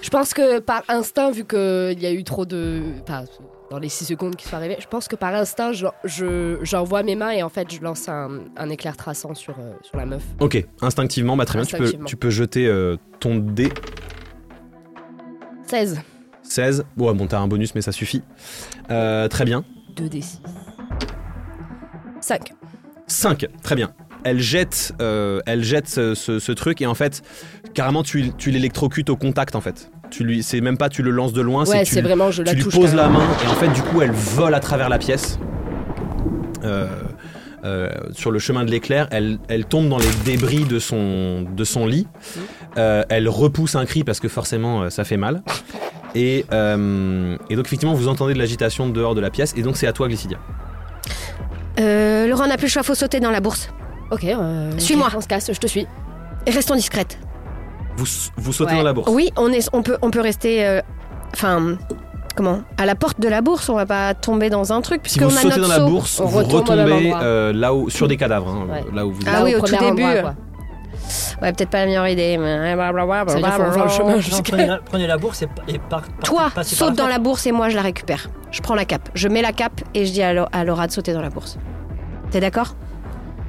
Speaker 5: Je pense que par instinct, vu qu'il y a eu trop de. Enfin, dans les 6 secondes qui sont arrivées, je pense que par instinct, j'en- je- j'envoie mes mains et en fait, je lance un, un éclair traçant sur, euh, sur la meuf.
Speaker 1: Ok, instinctivement, bah très bien, tu peux,
Speaker 5: Instinctivement.
Speaker 1: tu peux jeter euh, ton dé
Speaker 5: 16.
Speaker 1: 16. Ouais, bon, t'as un bonus, mais ça suffit. Euh, très bien.
Speaker 5: 2d6. 5.
Speaker 1: Ah, 5, très bien. Elle jette, euh, elle jette ce, ce- ce truc et en fait, carrément, tu, tu l'électrocutes au contact en fait. Tu lui, c'est même pas tu le lances de loin,
Speaker 5: Ouais,
Speaker 1: tu,
Speaker 5: c'est vraiment, je la
Speaker 1: tu lui
Speaker 5: touche.
Speaker 1: poses
Speaker 5: quand
Speaker 1: la
Speaker 5: même.
Speaker 1: main et en fait, du coup, elle vole à travers la pièce. Euh, euh, sur le chemin de l'éclair, elle, elle tombe dans les débris de son, de son lit. Euh, elle repousse un cri parce que forcément euh, ça fait mal. Et, euh, et donc effectivement vous entendez de l'agitation dehors de la pièce et donc c'est à toi Glycidia.
Speaker 2: Euh, Laurent n'a plus le choix, faut sauter dans la bourse.
Speaker 5: Ok, euh,
Speaker 2: Suis-moi.
Speaker 5: On se casse, je te suis.
Speaker 2: Et restons discrètes.
Speaker 1: Vous, s- vous sautez
Speaker 5: Ouais.
Speaker 1: dans la bourse.
Speaker 2: Oui, on, est, on, peut, on peut rester. euh, Enfin, comment À la porte de la bourse, on va pas tomber dans un truc,
Speaker 1: Si
Speaker 2: puisqu'on
Speaker 1: vous
Speaker 2: a
Speaker 1: sautez
Speaker 2: notre
Speaker 1: dans la
Speaker 2: seau.
Speaker 1: bourse,
Speaker 5: on
Speaker 1: vous
Speaker 5: retombe au même
Speaker 1: retombez
Speaker 5: endroit.
Speaker 1: euh, là où, sur des cadavres, hein,
Speaker 5: Ouais.
Speaker 1: là où vous
Speaker 2: Ah
Speaker 5: Là,
Speaker 2: oui, au
Speaker 5: premier
Speaker 2: tout début.
Speaker 5: endroit, quoi.
Speaker 2: Ouais, peut-être pas la meilleure idée, mais.
Speaker 5: Ça veut dire qu'on va voir le
Speaker 3: Euh,
Speaker 5: chemin
Speaker 4: Non,
Speaker 5: jusqu'à-
Speaker 4: prenez, la, prenez la bourse et, pa- et par- partez-
Speaker 2: Toi,
Speaker 4: passez par
Speaker 2: saute dans
Speaker 4: fenêtre.
Speaker 2: la bourse et moi je la récupère. Je prends la cape. Je mets la cape et je dis à Lo- à Laura de sauter dans la bourse. T'es d'accord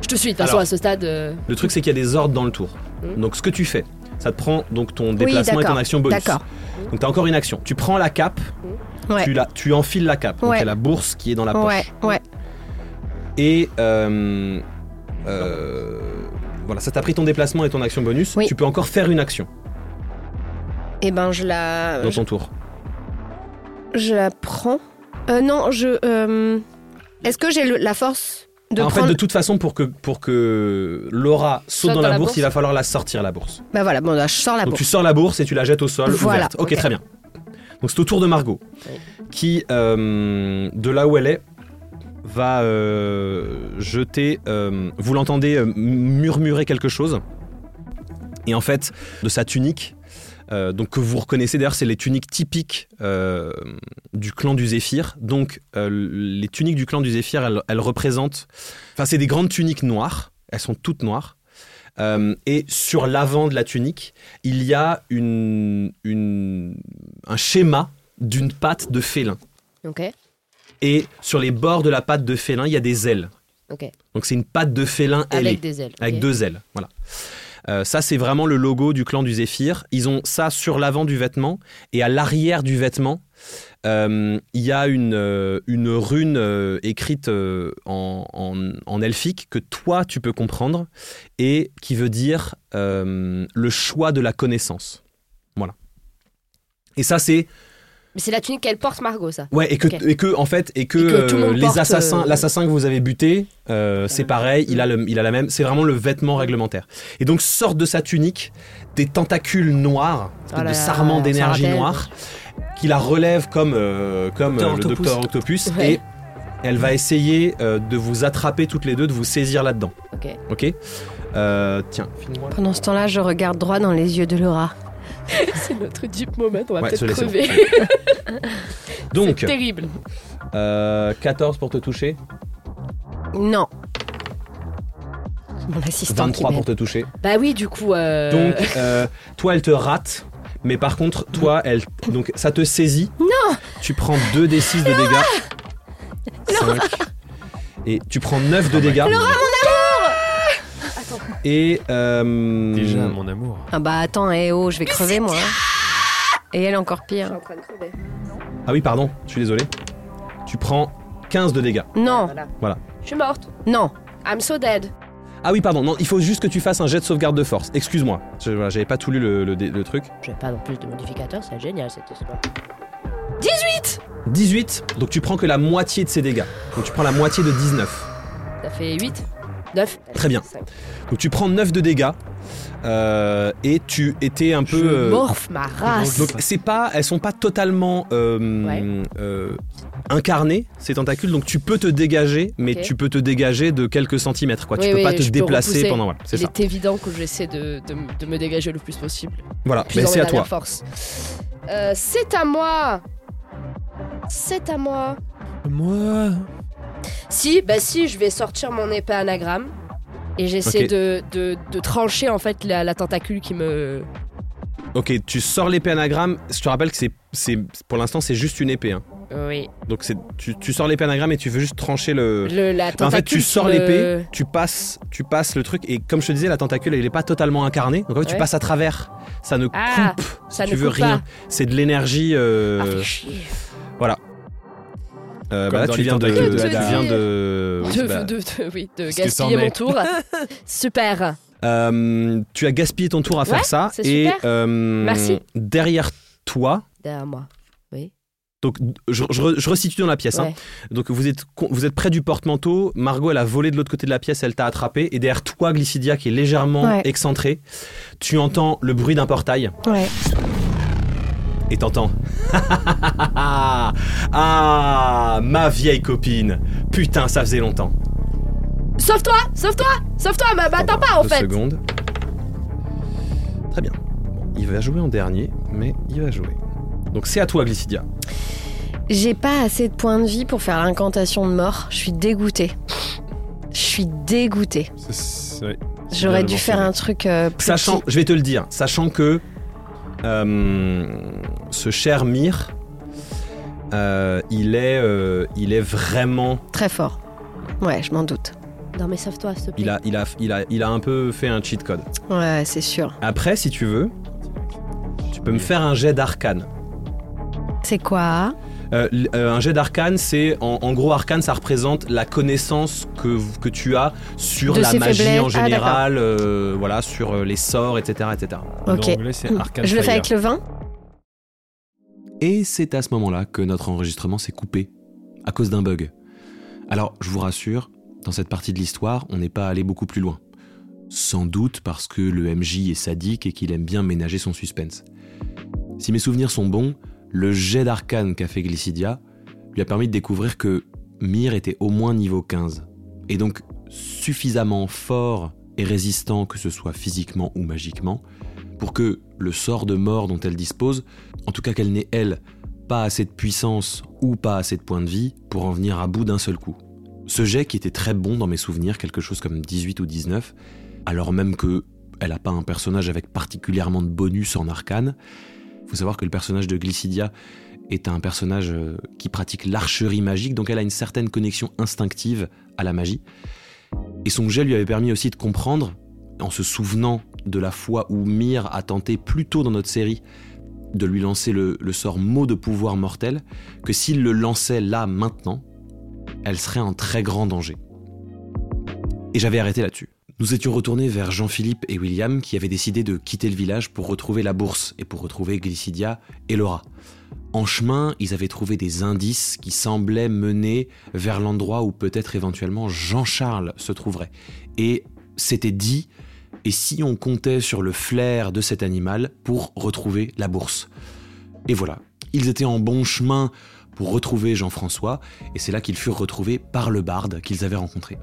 Speaker 5: Je te suis, de toute façon,
Speaker 1: Alors.
Speaker 5: à ce stade. euh,
Speaker 1: Le truc c'est qu'il y a des ordres dans le tour.
Speaker 5: Mhm.
Speaker 1: Donc ce que tu fais, ça te prend donc ton déplacement et ton
Speaker 2: Mm. d'accord,
Speaker 1: action bonus.
Speaker 2: D'accord.
Speaker 1: Donc t'as encore une action. Tu prends la cape,
Speaker 2: Ouais.
Speaker 1: tu, la, tu enfiles la cape. Donc il
Speaker 2: Ouais.
Speaker 1: y a la bourse qui est dans la poche.
Speaker 2: Ouais, ouais.
Speaker 1: Et euh, euh, voilà, ça t'a pris ton déplacement et ton action bonus.
Speaker 2: Oui.
Speaker 1: Tu peux encore faire une action
Speaker 2: Et ben je la,
Speaker 1: dans
Speaker 2: je,
Speaker 1: ton tour.
Speaker 2: je la prends. Euh, non, je. euh, Est-ce que j'ai le- la force de
Speaker 1: Ah, en
Speaker 2: prendre
Speaker 1: fait, de toute façon, pour que, pour que Laura saute dans, la, bourse, il va falloir la sortir, la bourse.
Speaker 2: Bah voilà, bon, là, je sors la
Speaker 1: Donc
Speaker 2: bourse.
Speaker 1: tu sors la bourse et tu la jettes au sol.
Speaker 2: Voilà,
Speaker 1: ouverte. Ok,
Speaker 2: ok.
Speaker 1: très bien. Donc c'est au tour de Margot, qui, euh, de là où elle est, va euh, jeter... euh, vous l'entendez euh, murmurer quelque chose. Et en fait, de sa tunique, euh, donc que vous reconnaissez d'ailleurs, c'est les tuniques typiques euh, du clan du Zéphyr. Donc euh, les tuniques du clan du Zéphyr, elles, elles représentent... Enfin, c'est des grandes tuniques noires. Elles sont toutes noires. Euh, et sur l'avant de la tunique, il y a une, une- un schéma d'une patte de félin.
Speaker 5: Ok,
Speaker 1: Et sur les bords de la patte de félin, il y a des ailes.
Speaker 5: ok.
Speaker 1: Donc c'est une patte de félin ailée.
Speaker 5: Avec des ailes. ok.
Speaker 1: Avec deux ailes, voilà. Euh, ça, c'est vraiment le logo du clan du Zéphyr. Ils ont ça sur l'avant du vêtement et à l'arrière du vêtement, euh, il y a une, euh, une rune euh, écrite euh, en, en- en elfique que toi, tu peux comprendre et qui veut dire euh, le choix de la connaissance. Voilà. Et ça, c'est.
Speaker 5: Mais c'est la tunique qu'elle porte, Margot, ça.
Speaker 1: Ouais, et que,
Speaker 5: Ok.
Speaker 1: et que, en fait, et que,
Speaker 5: Et que tout le
Speaker 1: euh,
Speaker 5: monde
Speaker 1: les
Speaker 5: porte,
Speaker 1: assassins,
Speaker 5: euh,
Speaker 1: l'assassin que vous avez buté, euh, c'est pareil, il a, le- il a la même, c'est vraiment le vêtement réglementaire. Et donc sortent de sa tunique des tentacules noirs,
Speaker 5: Oh là
Speaker 1: de
Speaker 5: là,
Speaker 1: sarments
Speaker 5: ça
Speaker 1: d'énergie
Speaker 5: rappelle.
Speaker 1: noire, qui la relève comme, euh, comme
Speaker 4: Docteur
Speaker 1: euh, le
Speaker 4: Octopus.
Speaker 1: docteur Octopus,
Speaker 5: Ouais.
Speaker 1: et elle va essayer euh, de vous attraper toutes les deux, de vous saisir là-dedans.
Speaker 5: Ok.
Speaker 1: Ok Euh, Tiens, file-moi.
Speaker 2: Pendant ce temps-là, je regarde droit dans les yeux de Laura.
Speaker 5: C'est notre deep moment, on va
Speaker 1: Ouais, celui-là,
Speaker 5: peut-être
Speaker 1: c'est bon.
Speaker 5: crever.
Speaker 1: Donc,
Speaker 5: Terrible.
Speaker 1: euh, 14 pour te toucher,
Speaker 2: Non. Mon assistant qui
Speaker 1: 23
Speaker 2: m'aide.
Speaker 1: pour te toucher.
Speaker 5: Bah oui, du coup. euh,
Speaker 1: Donc, euh, toi, elle te rate, mais par contre, toi, elle. Donc, ça te saisit. Non Tu prends 2 des 6 de dégâts. 5. Et tu prends 9 de dégâts. Laura, mon amour Et. euh,
Speaker 3: Déjà, mon amour.
Speaker 2: Ah bah attends, eh oh, je vais crever moi. hein. Et elle encore
Speaker 5: Je suis
Speaker 2: pire.
Speaker 5: en train de crever.
Speaker 1: Ah oui, pardon, je suis désolé. Tu prends 15 de dégâts.
Speaker 2: Non,
Speaker 5: Voilà.
Speaker 1: Voilà.
Speaker 5: Je suis morte.
Speaker 2: non.
Speaker 5: I'm so dead.
Speaker 1: Ah oui, pardon, non, il faut juste que tu fasses un jet de sauvegarde de force. Excuse-moi, Je- voilà, j'avais pas tout lu le, le dé- le truc.
Speaker 5: J'ai pas non plus de modificateur, c'est génial cette histoire.
Speaker 1: 18, donc tu prends que la moitié de ces dégâts. Donc tu prends la moitié de 19.
Speaker 5: Ça fait 8, 9.
Speaker 1: Très bien. Donc tu prends 9 de dégâts euh, et tu étais un peu. euh,
Speaker 5: Morphe ma race.
Speaker 1: donc c'est pas, elles sont pas totalement euh,
Speaker 5: Ouais.
Speaker 1: euh, incarnées ces tentacules, donc tu peux te dégager, mais
Speaker 5: Ok.
Speaker 1: tu peux te dégager de quelques centimètres, quoi.
Speaker 5: Oui,
Speaker 1: tu peux
Speaker 5: oui,
Speaker 1: pas te
Speaker 5: je peux
Speaker 1: déplacer
Speaker 5: repousser.
Speaker 1: pendant. Voilà, c'est
Speaker 5: Il
Speaker 1: ça.
Speaker 5: est évident que j'essaie de, de m- de me dégager le plus possible.
Speaker 1: Voilà,
Speaker 5: Puis
Speaker 1: mais c'est à toi.
Speaker 5: force. Euh, c'est à moi. C'est à moi.
Speaker 3: Euh,
Speaker 7: Moi.
Speaker 5: Si, bah si, je vais sortir mon épée anagramme. Et j'essaie
Speaker 1: Ok.
Speaker 5: de, de, de trancher en fait la, la tentacule qui me.
Speaker 1: Ok, tu sors l'épée anagramme. Je te rappelle que c'est, c'est pour l'instant, c'est juste une épée. hein.
Speaker 5: Oui.
Speaker 1: Donc c'est, tu, tu sors l'épée anagramme et tu veux juste trancher le.
Speaker 5: Le, la tentacule
Speaker 1: en fait, tu
Speaker 5: qui
Speaker 1: sors
Speaker 5: me-
Speaker 1: l'épée, tu passes, tu passes le truc et comme je te disais, la tentacule, elle est pas totalement incarnée. Donc en fait, tu
Speaker 5: Ouais.
Speaker 1: passes à travers. Ça ne
Speaker 5: Ah,
Speaker 1: coupe
Speaker 5: Ça
Speaker 1: tu
Speaker 5: ne
Speaker 1: veux
Speaker 5: coupe
Speaker 1: rien.
Speaker 5: pas.
Speaker 1: C'est de l'énergie. euh,
Speaker 5: Ah, fais chier.
Speaker 1: euh,
Speaker 3: Comme
Speaker 1: bah là,
Speaker 3: dans
Speaker 1: tu
Speaker 3: les
Speaker 1: viens de.
Speaker 3: tentacules
Speaker 5: de
Speaker 1: tu
Speaker 5: Hadar.
Speaker 1: viens de. oui,
Speaker 5: de,
Speaker 1: bah,
Speaker 5: de- de- oui, de
Speaker 3: Parce que c'en
Speaker 5: gaspiller
Speaker 3: est.
Speaker 5: mon tour. Super.
Speaker 1: euh, tu as gaspillé ton tour à faire
Speaker 5: Ouais,
Speaker 1: ça.
Speaker 5: c'est
Speaker 1: Et
Speaker 5: super.
Speaker 1: euh,
Speaker 5: Merci.
Speaker 1: derrière toi,
Speaker 5: Derrière moi.
Speaker 1: Donc, je, je re- je resitue dans la pièce. hein.
Speaker 5: Ouais.
Speaker 1: Donc, vous êtes, con- vous êtes près du porte-manteau. Margot, elle a volé de l'autre côté de la pièce, elle t'a attrapé. Et derrière toi, Glycidia, qui est légèrement
Speaker 6: Ouais.
Speaker 1: excentrée, tu entends le bruit d'un portail
Speaker 6: Ouais.
Speaker 1: et t'entends. ah, ma vieille copine. Putain, ça faisait longtemps.
Speaker 5: Sauve-toi Sauve-toi Sauve-toi
Speaker 2: bah,
Speaker 5: mais M'attends pas, en
Speaker 1: Deux
Speaker 5: Ah, fait
Speaker 1: secondes. Très bien. Bon, il va jouer en dernier, mais il va jouer. Donc, c'est à toi, Glycidia.
Speaker 6: J'ai pas assez de points de vie pour faire l'incantation de mort. Je suis dégoûtée. Je suis dégoûtée.
Speaker 3: C'est- c'est- ouais. bien
Speaker 6: J'aurais
Speaker 3: de
Speaker 6: dû faire
Speaker 3: mentionner.
Speaker 6: un truc euh, plus
Speaker 1: Sachant,
Speaker 6: petit.
Speaker 1: je vais te le dire, sachant que euh, ce cher Mir, euh, il, est, euh, il est vraiment.
Speaker 6: très fort. Ouais, je m'en doute.
Speaker 5: Non, mais sauve-toi, s'il te plaît.
Speaker 1: Il a, il, a, il, a, il a un peu fait un cheat code.
Speaker 6: Ouais, c'est sûr.
Speaker 1: Après, si tu veux, tu peux me faire un jet d'arcane.
Speaker 6: C'est quoi
Speaker 1: Euh, l- euh, un jet d'arcane, c'est. En, en gros, arcane, ça représente la connaissance que, que tu as sur
Speaker 6: De
Speaker 1: la
Speaker 6: ses
Speaker 1: magie en
Speaker 6: faiblesses. Ah,
Speaker 1: général, euh, voilà, sur euh, les sorts, etc. etc.
Speaker 6: Ok. Hmm.
Speaker 3: En anglais, c'est Arcane
Speaker 6: Je le fais
Speaker 3: Fire.
Speaker 6: avec le vin
Speaker 1: Et c'est à ce moment-là que notre enregistrement s'est coupé, à cause d'un bug. Alors, je vous rassure, dans cette partie de l'histoire, on n'est pas allé beaucoup plus loin. Sans doute parce que le MJ est sadique et qu'il aime bien ménager son suspense. Si mes souvenirs sont bons, le jet d'arcane qu'a fait Glycidia lui a permis de découvrir que Myr était au moins niveau 15, et donc suffisamment fort et résistant que ce soit physiquement ou magiquement, pour que le sort de mort dont elle dispose en tout cas qu'elle n'ait, elle, pas assez de puissance ou pas assez de points de vie pour en venir à bout d'un seul coup. Ce jet qui était très bon dans mes souvenirs, quelque chose comme 18 ou 19, alors même que elle n'a pas un personnage avec particulièrement de bonus en arcane. Faut savoir que le personnage de Glycidia est un personnage euh, qui pratique l'archerie magique, donc elle a une certaine connexion instinctive à la magie. Et son jet lui avait permis aussi de comprendre, en se souvenant de la fois où Myr a tenté plus tôt dans notre série de lui lancer le, le sort mot de pouvoir mortel, que s'il le lançait là maintenant, elle serait en très grand danger. Et j'avais arrêté là-dessus. Nous étions retournés vers Jean-Philippe et William qui avaient décidé de quitter le village pour retrouver la bourse et pour retrouver Glycidia et Laura. En chemin, ils avaient trouvé des indices qui semblaient mener vers l'endroit où peut-être éventuellement Jean-Charles se trouverait. Et c'était dit et si on comptait sur le flair de cet animal pour retrouver la bourse. Et voilà, ils étaient en bon chemin pour retrouver Jean-François, et c'est là qu'ils furent retrouvés par le barde qu'ils avaient rencontré.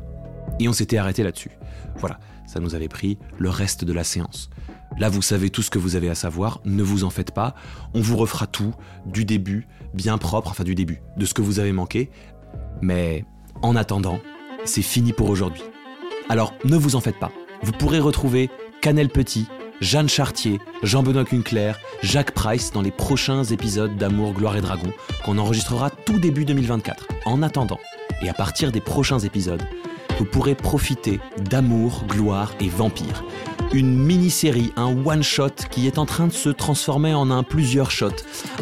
Speaker 1: Et on s'était arrêté là-dessus. Voilà, ça nous avait pris le reste de la séance. Là, vous savez tout ce que vous avez à savoir, ne vous en faites pas, on vous refera tout, du début, bien propre, enfin du début, de ce que vous avez manqué. Mais en attendant, c'est fini pour aujourd'hui. Alors ne vous en faites pas. Vous pourrez retrouver Canel Petit, Jeanne Chartier, Jean-Benoît Cunclair, Jacques Price dans les prochains épisodes d'Amour, Gloire et Dragon qu'on enregistrera tout début 2024. En attendant, et à partir des prochains épisodes, vous pourrez profiter d'Amour, Gloire et Vampire. Une mini-série, un one-shot qui est en train de se transformer en un plusieurs shots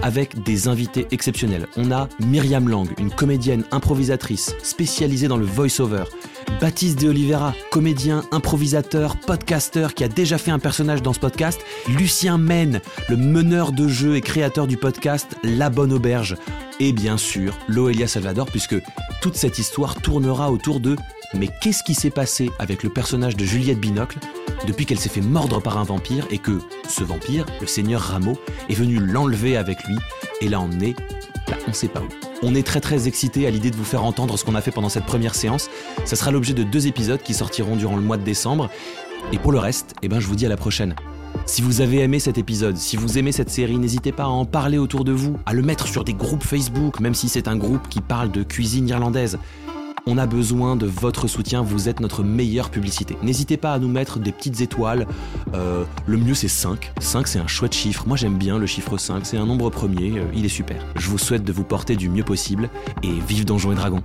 Speaker 1: avec des invités exceptionnels. On a Myriam Lang, une comédienne improvisatrice spécialisée dans le voice-over. Baptiste de Oliveira, comédien, improvisateur, podcasteur qui a déjà fait un personnage dans ce podcast. Lucien Mène, le meneur de jeu et créateur du podcast La Bonne Auberge. Et bien sûr, Loelia Salvador, puisque toute cette histoire tournera autour de Mais qu'est-ce qui s'est passé avec le personnage de Juliette Binocle depuis qu'elle s'est fait mordre par un vampire et que ce vampire, le seigneur Rameau, est venu l'enlever avec lui et l'a emmené, là, bah, on sait pas où. On est très très excité à l'idée de vous faire entendre ce qu'on a fait pendant cette première séance. Ça sera l'objet de deux épisodes qui sortiront durant le mois de décembre. Et pour le reste, eh ben, je vous dis à la prochaine. Si vous avez aimé cet épisode, si vous aimez cette série, n'hésitez pas à en parler autour de vous, à le mettre sur des groupes Facebook, même si c'est un groupe qui parle de cuisine irlandaise. On a besoin de votre soutien, vous êtes notre meilleure publicité. N'hésitez pas à nous mettre des petites étoiles. Euh, le mieux c'est 5. 5 c'est un chouette chiffre, moi j'aime bien le chiffre 5, c'est un nombre premier, euh, il est super. Je vous souhaite de vous porter du mieux possible et vive Donjons et Dragons.